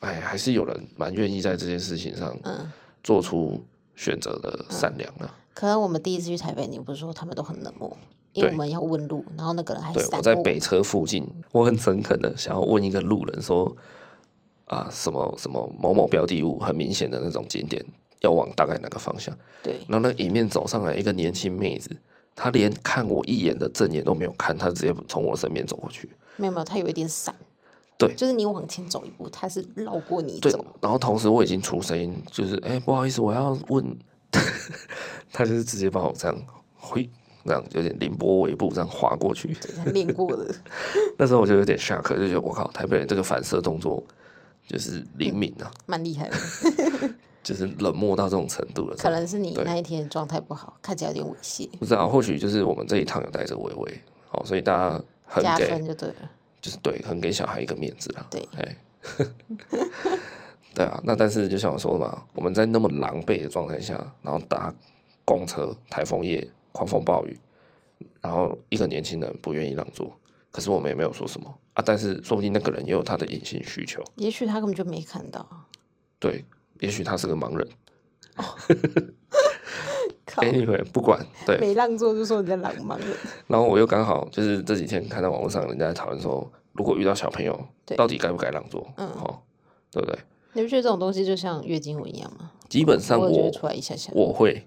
Speaker 1: 哎，还是有人蛮愿意在这件事情上
Speaker 2: 嗯。
Speaker 1: 做出选择的善良啊。
Speaker 2: 可能我们第一次去台北，你不是说他们都很冷漠，因为
Speaker 1: 对
Speaker 2: 我们要问路，嗯然后那个人还
Speaker 1: 对，
Speaker 2: 散
Speaker 1: 我在
Speaker 2: 步
Speaker 1: 北车附近，我很诚恳的想要问一个路人说，啊，什么什么某某标的物，很明显的那种景点，要往大概哪个方向？
Speaker 2: 对
Speaker 1: 然后那迎面走上来一个年轻妹子，她连看我一眼的正眼都没有看，她直接从我身边走过去。
Speaker 2: 没有没有，他有一点闪，
Speaker 1: 对
Speaker 2: 就是你往前走一步，他是绕过你
Speaker 1: 对
Speaker 2: 走，，
Speaker 1: 然后同时我已经出声音，就是哎、不好意思，我要问，他就是直接把我这样挥，那样有点凌波微步这样划过去。
Speaker 2: 对，他练过了，
Speaker 1: 那时候我就有点 shock，就觉得我靠，台北人这个反射动作就是灵敏啊，
Speaker 2: 蛮厉害的。
Speaker 1: 就是冷漠到这种程度了。
Speaker 2: 可能是你
Speaker 1: 对
Speaker 2: 那一天状态不好，看起来有点猥亵，
Speaker 1: 不知道，或许就是我们这一趟有带着微微，好，所以大家很
Speaker 2: 加
Speaker 1: 给
Speaker 2: 分，就对了。
Speaker 1: 就是对，很给小孩一个面子啦。
Speaker 2: 对
Speaker 1: 哎。 对啊，那但是就像我说的嘛，我们在那么狼狈的状态下，然后搭公车，台风夜，狂风暴雨，然后一个年轻人不愿意让座，可是我们也没有说什么啊。但是说不定那个人也有他的隐性需求，
Speaker 2: 也许他根本就没看到，
Speaker 1: 对，也许他是个盲人。
Speaker 2: 哦 靠，
Speaker 1: Anyway，不管对，
Speaker 2: 没让座就说人家浪漫 了。
Speaker 1: 然后我又刚好就是这几天看到网络上人家在讨论说，如果遇到小朋友，
Speaker 2: 对
Speaker 1: 到底该不该让座？
Speaker 2: 嗯
Speaker 1: 哦，对不对？
Speaker 2: 你不觉得这种东西就像月经文一样吗？
Speaker 1: 基本上
Speaker 2: 我也觉
Speaker 1: 我
Speaker 2: 得出来一下下，
Speaker 1: 我会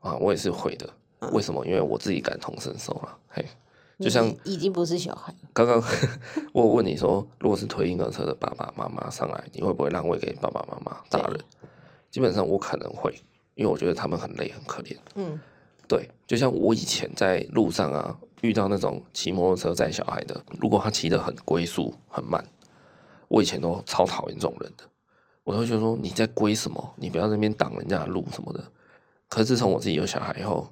Speaker 1: 啊，我也是会的。为什么？因为我自己感同身受了。嘿，就
Speaker 2: 嗯你
Speaker 1: 像
Speaker 2: 已经不是小孩了，
Speaker 1: 刚 刚我有问你说，如果是推婴儿车的爸爸妈妈上来，你会不会让位给爸爸妈妈大人？基本上我可能会，因为我觉得他们很累很可怜。
Speaker 2: 嗯，
Speaker 1: 对，就像我以前在路上啊，遇到那种骑摩托车载小孩的，如果他骑得很龟速、很慢，我以前都超讨厌这种人的。我都会觉得说你在龟什么？你不要在那边挡人家的路什么的。可是自从我自己有小孩以后，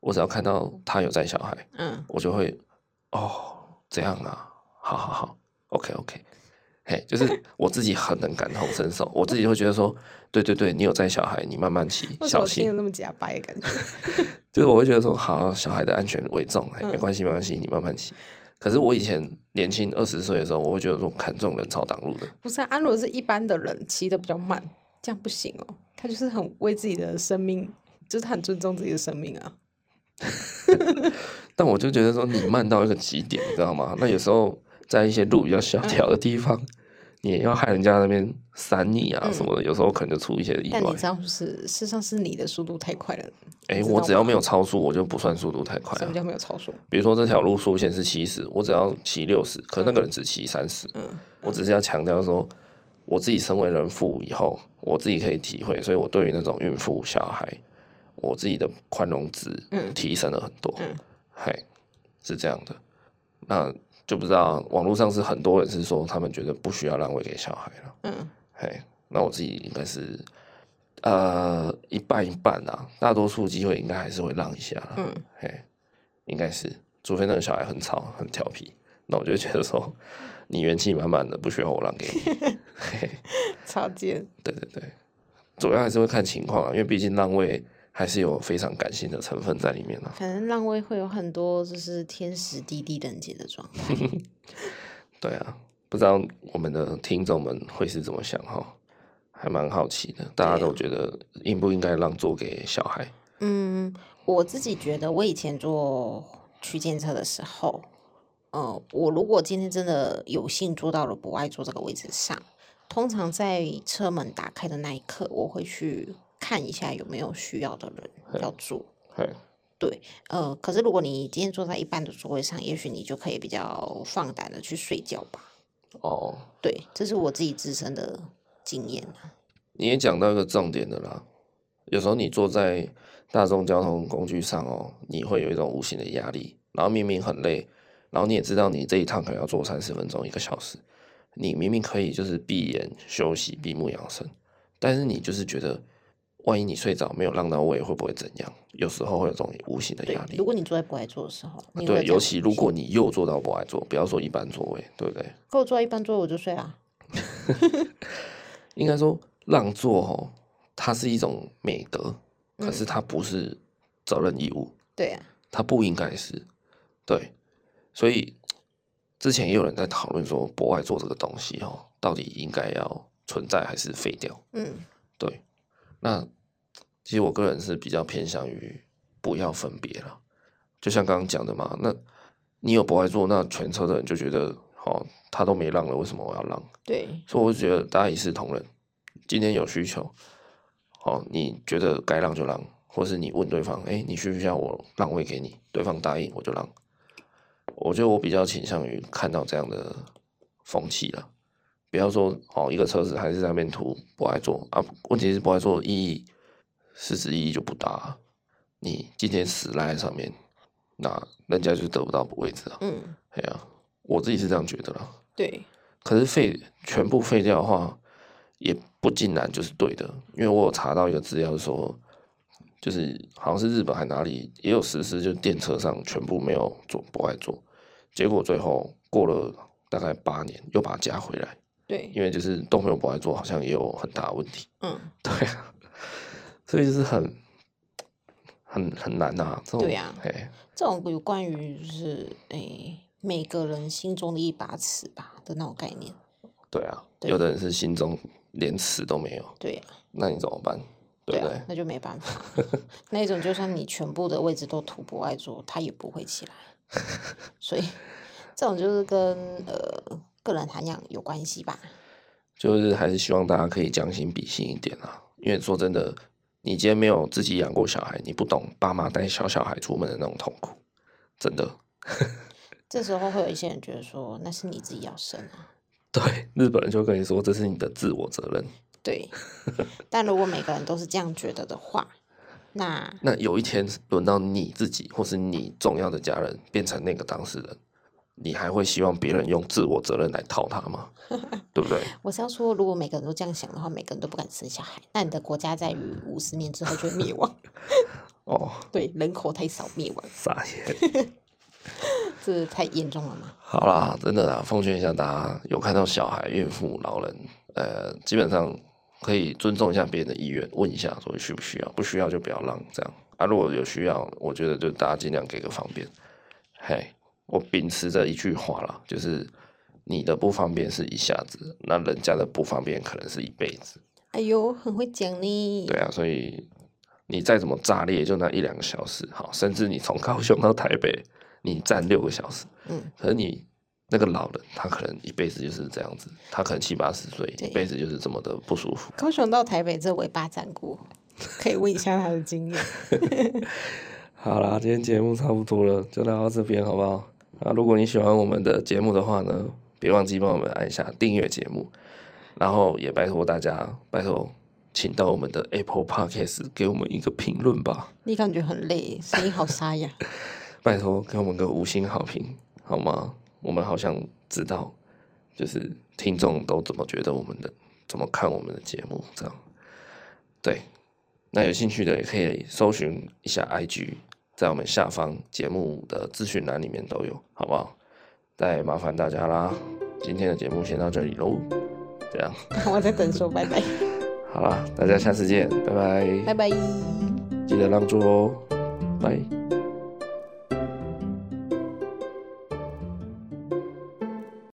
Speaker 1: 我只要看到他有带小孩，
Speaker 2: 嗯，
Speaker 1: 我就会哦这样啊，好好好，OK OK，嘿，就是我自己很能感同身受，我自己会觉得说，对对对，你有带小孩，你慢慢骑，
Speaker 2: 为什么
Speaker 1: 小
Speaker 2: 我听
Speaker 1: 心
Speaker 2: 得。那么假白的感觉？
Speaker 1: 就是我会觉得说，好，小孩的安全为重，哎，
Speaker 2: 嗯
Speaker 1: 没关系，没关系，你慢慢骑。可是我以前年轻二十岁的时候，我会觉得说，看这种人超挡路的，
Speaker 2: 不是啊，啊如果是一般的人骑的比较慢，这样不行哦。他就是很为自己的生命，就是他很尊重自己的生命啊。
Speaker 1: 但我就觉得说，你慢到一个极点，你知道吗？那有时候在一些路比较
Speaker 2: 嗯
Speaker 1: 小条的地方，你也要害人家那边闪你啊什么的，有时候可能就出一些意
Speaker 2: 嗯但
Speaker 1: 外
Speaker 2: 你。这样就是，事实上是你的速度太快了。
Speaker 1: 哎、
Speaker 2: 你知
Speaker 1: 我
Speaker 2: 道
Speaker 1: 只要
Speaker 2: 吗
Speaker 1: 没有超速，我就不算速度太快
Speaker 2: 什
Speaker 1: 啊
Speaker 2: 么。叫没有超速？
Speaker 1: 比如说这条路速限是七十，我只要骑六十，可是那个人只骑三十。
Speaker 2: 嗯
Speaker 1: 我只是要强调说，我自己身为人父以后，我自己可以体会，所以我对于那种孕妇、小孩，我自己的宽容值
Speaker 2: 嗯
Speaker 1: 提升了很多。
Speaker 2: 嗯
Speaker 1: 嗨，是这样的。那就不知道网络上是很多人是说他们觉得不需要让位给小孩了。
Speaker 2: 嗯，
Speaker 1: 嘿，那我自己应该是呃一半一半啊，大多数机会应该还是会让一下啦。
Speaker 2: 嗯，
Speaker 1: 嘿，应该是，除非那个小孩很吵很调皮，那我就觉得说你元气满满的，不需要我让给 你。嘿，
Speaker 2: 超贱。
Speaker 1: 对对对，主要还是会看情况啊，因为毕竟让位还是有非常感性的成分在里面啊。
Speaker 2: 反正浪威会有很多就是天时地利人杰的状态。
Speaker 1: 对啊，不知道我们的听众们会是怎么想哈，还蛮好奇的，大家
Speaker 2: 对啊
Speaker 1: 都觉得应不应该让座给小孩？
Speaker 2: 嗯，我自己觉得，我以前做区间车的时候，呃，我如果今天真的有幸坐到了不爱坐这个位置上，通常在车门打开的那一刻，我会去看一下有没有需要的人要坐。
Speaker 1: 嘿，
Speaker 2: 呃，可是如果你今天坐在一半的座位上，也许你就可以比较放胆的去睡觉吧。
Speaker 1: 哦，
Speaker 2: 对，这是我自己自身的经验啊。
Speaker 1: 你也讲到一个重点的啦，有时候你坐在大众交通工具上哦，你会有一种无形的压力，然后明明很累，然后你也知道你这一趟可能要坐三十分钟一个小时，你明明可以就是闭眼休息、闭目养神，但是你就是觉得，万一你睡着没有让到位，会不会怎样？有时候会有这种无形的
Speaker 2: 对
Speaker 1: 压，力啊
Speaker 2: 如。果你坐在不爱坐的时候，你会
Speaker 1: 对，
Speaker 2: 这
Speaker 1: 尤
Speaker 2: 样
Speaker 1: 其
Speaker 2: 子
Speaker 1: 如
Speaker 2: 想
Speaker 1: 果你又坐到不爱坐，不要说一般座位，对不对？
Speaker 2: 可我坐在一半座位我就睡啊啦。
Speaker 1: 应该说让座哦，它是一种美德，可是它不是责任义务，
Speaker 2: 对啊，
Speaker 1: 它不应该是。对，所以之前也有人在讨论说，博爱座这个东西哦，到底应该要存在还是废掉？
Speaker 2: 嗯，
Speaker 1: 对，那其实我个人是比较偏向于不要分别了，就像刚刚讲的嘛，那你有博爱座，那全车的人就觉得，哦，他都没让了，为什么我要让？
Speaker 2: 对，
Speaker 1: 所以我就觉得大家一视同仁，今天有需求，哦，你觉得该让就让，或是你问对方，哎、你需不需要我让位给你？对方答应我就让。我觉得我比较倾向于看到这样的风气了，不要说哦一个车子还是在那边涂不爱做啊，问题是不爱做的意义，实质意义就不大啊、你今天死赖在上面，那人家就得不到位置啊。
Speaker 2: 嗯，
Speaker 1: 哎呀、我自己是这样觉得啦。
Speaker 2: 对，
Speaker 1: 可是废全部废掉的话，也不尽然就是对的，因为我有查到一个资料说，就是好像是日本还哪里也有实施，就电车上全部没有做不爱做，结果最后过了大概八年又把它加回来，
Speaker 2: 对，
Speaker 1: 因为就是都没有不爱做，好像也有很大的问题，
Speaker 2: 嗯，
Speaker 1: 所以就是很很很难呐、这种
Speaker 2: 对啊
Speaker 1: 哎，
Speaker 2: 这种有关于就是诶、每个人心中的一把尺吧的那种概念。
Speaker 1: 对啊，
Speaker 2: 对
Speaker 1: 有的人是心中连词都没有，
Speaker 2: 对啊，
Speaker 1: 那你怎么办？对
Speaker 2: 对
Speaker 1: 不对？
Speaker 2: 啊，那就没办 法。那种就算你全部的位置都涂不爱坐，它也不会 起来。所以这种就是跟呃个人涵养有关系吧。
Speaker 1: 就是还是希望大家可以将心比心一点啦。因为说真的，你今天没有自己养过小孩，你不懂爸妈带小小孩出门的那种痛苦，真的。
Speaker 2: 这时候会有一些人觉得说，那是你自己要生啊。
Speaker 1: 对， 日本人就跟你说这是你的自我责任。
Speaker 2: 对，但如果每个人都是这样觉得的话，那
Speaker 1: 那有一天轮到你自己或是你重要的家人变成那个当事人，你还会希望别人用自我责任来套他 吗？对不对？
Speaker 2: 我是要说，如果每个人都这样想的话，每个人都不敢生小孩，那你的国家在于五十年之后就会灭亡。
Speaker 1: 哦，
Speaker 2: 对，人口太少灭亡，
Speaker 1: 傻眼。
Speaker 2: 这太严重了嘛？
Speaker 1: 好啦，真的啦，奉劝一下大家，有看到小孩、孕妇、老人，呃，基本上可以尊重一下别人的意愿，问一下说需不需要，不需要就不要让这样啊。如果有需要，我觉得就大家尽量给个方便。嘿，我秉持着一句话啦，就是你的不方便是一下子，那人家的不方便可能是一辈子。
Speaker 2: 哎呦，很会讲呢。
Speaker 1: 对啊，所以你再怎么炸裂，就那一两个小时，好，甚至你从高雄到台北，你站六个小时，
Speaker 2: 嗯，
Speaker 1: 可是你那个老人，他可能一辈子就是这样子，他可能七八十岁，
Speaker 2: 对
Speaker 1: 一辈子就是这么的不舒服。
Speaker 2: 高雄到台北这尾巴站过，可以问一下他的经验。
Speaker 1: 好啦，今天节目差不多了，就聊到这边好不好？啊，如果你喜欢我们的节目的话呢，别忘记帮我们按下订阅节目，然后也拜托大家，拜托，请到我们的 Apple Podcast 给我们一个评论吧。
Speaker 2: 你感觉很累，声音好沙哑。
Speaker 1: 拜托给我们个五星好评好吗？我们好想知道，就是听众都怎么觉得我们的，怎么看我们的节目这样。对，那有兴趣的也可以搜寻一下 IG，在我们下方节目的资讯栏里面都有，好不好？再麻烦大家啦，今天的节目先到这里喽。这样，
Speaker 2: 我在等说拜拜，
Speaker 1: 好啦，大家下次见，拜拜，
Speaker 2: 拜拜。
Speaker 1: 记得让座哦，拜。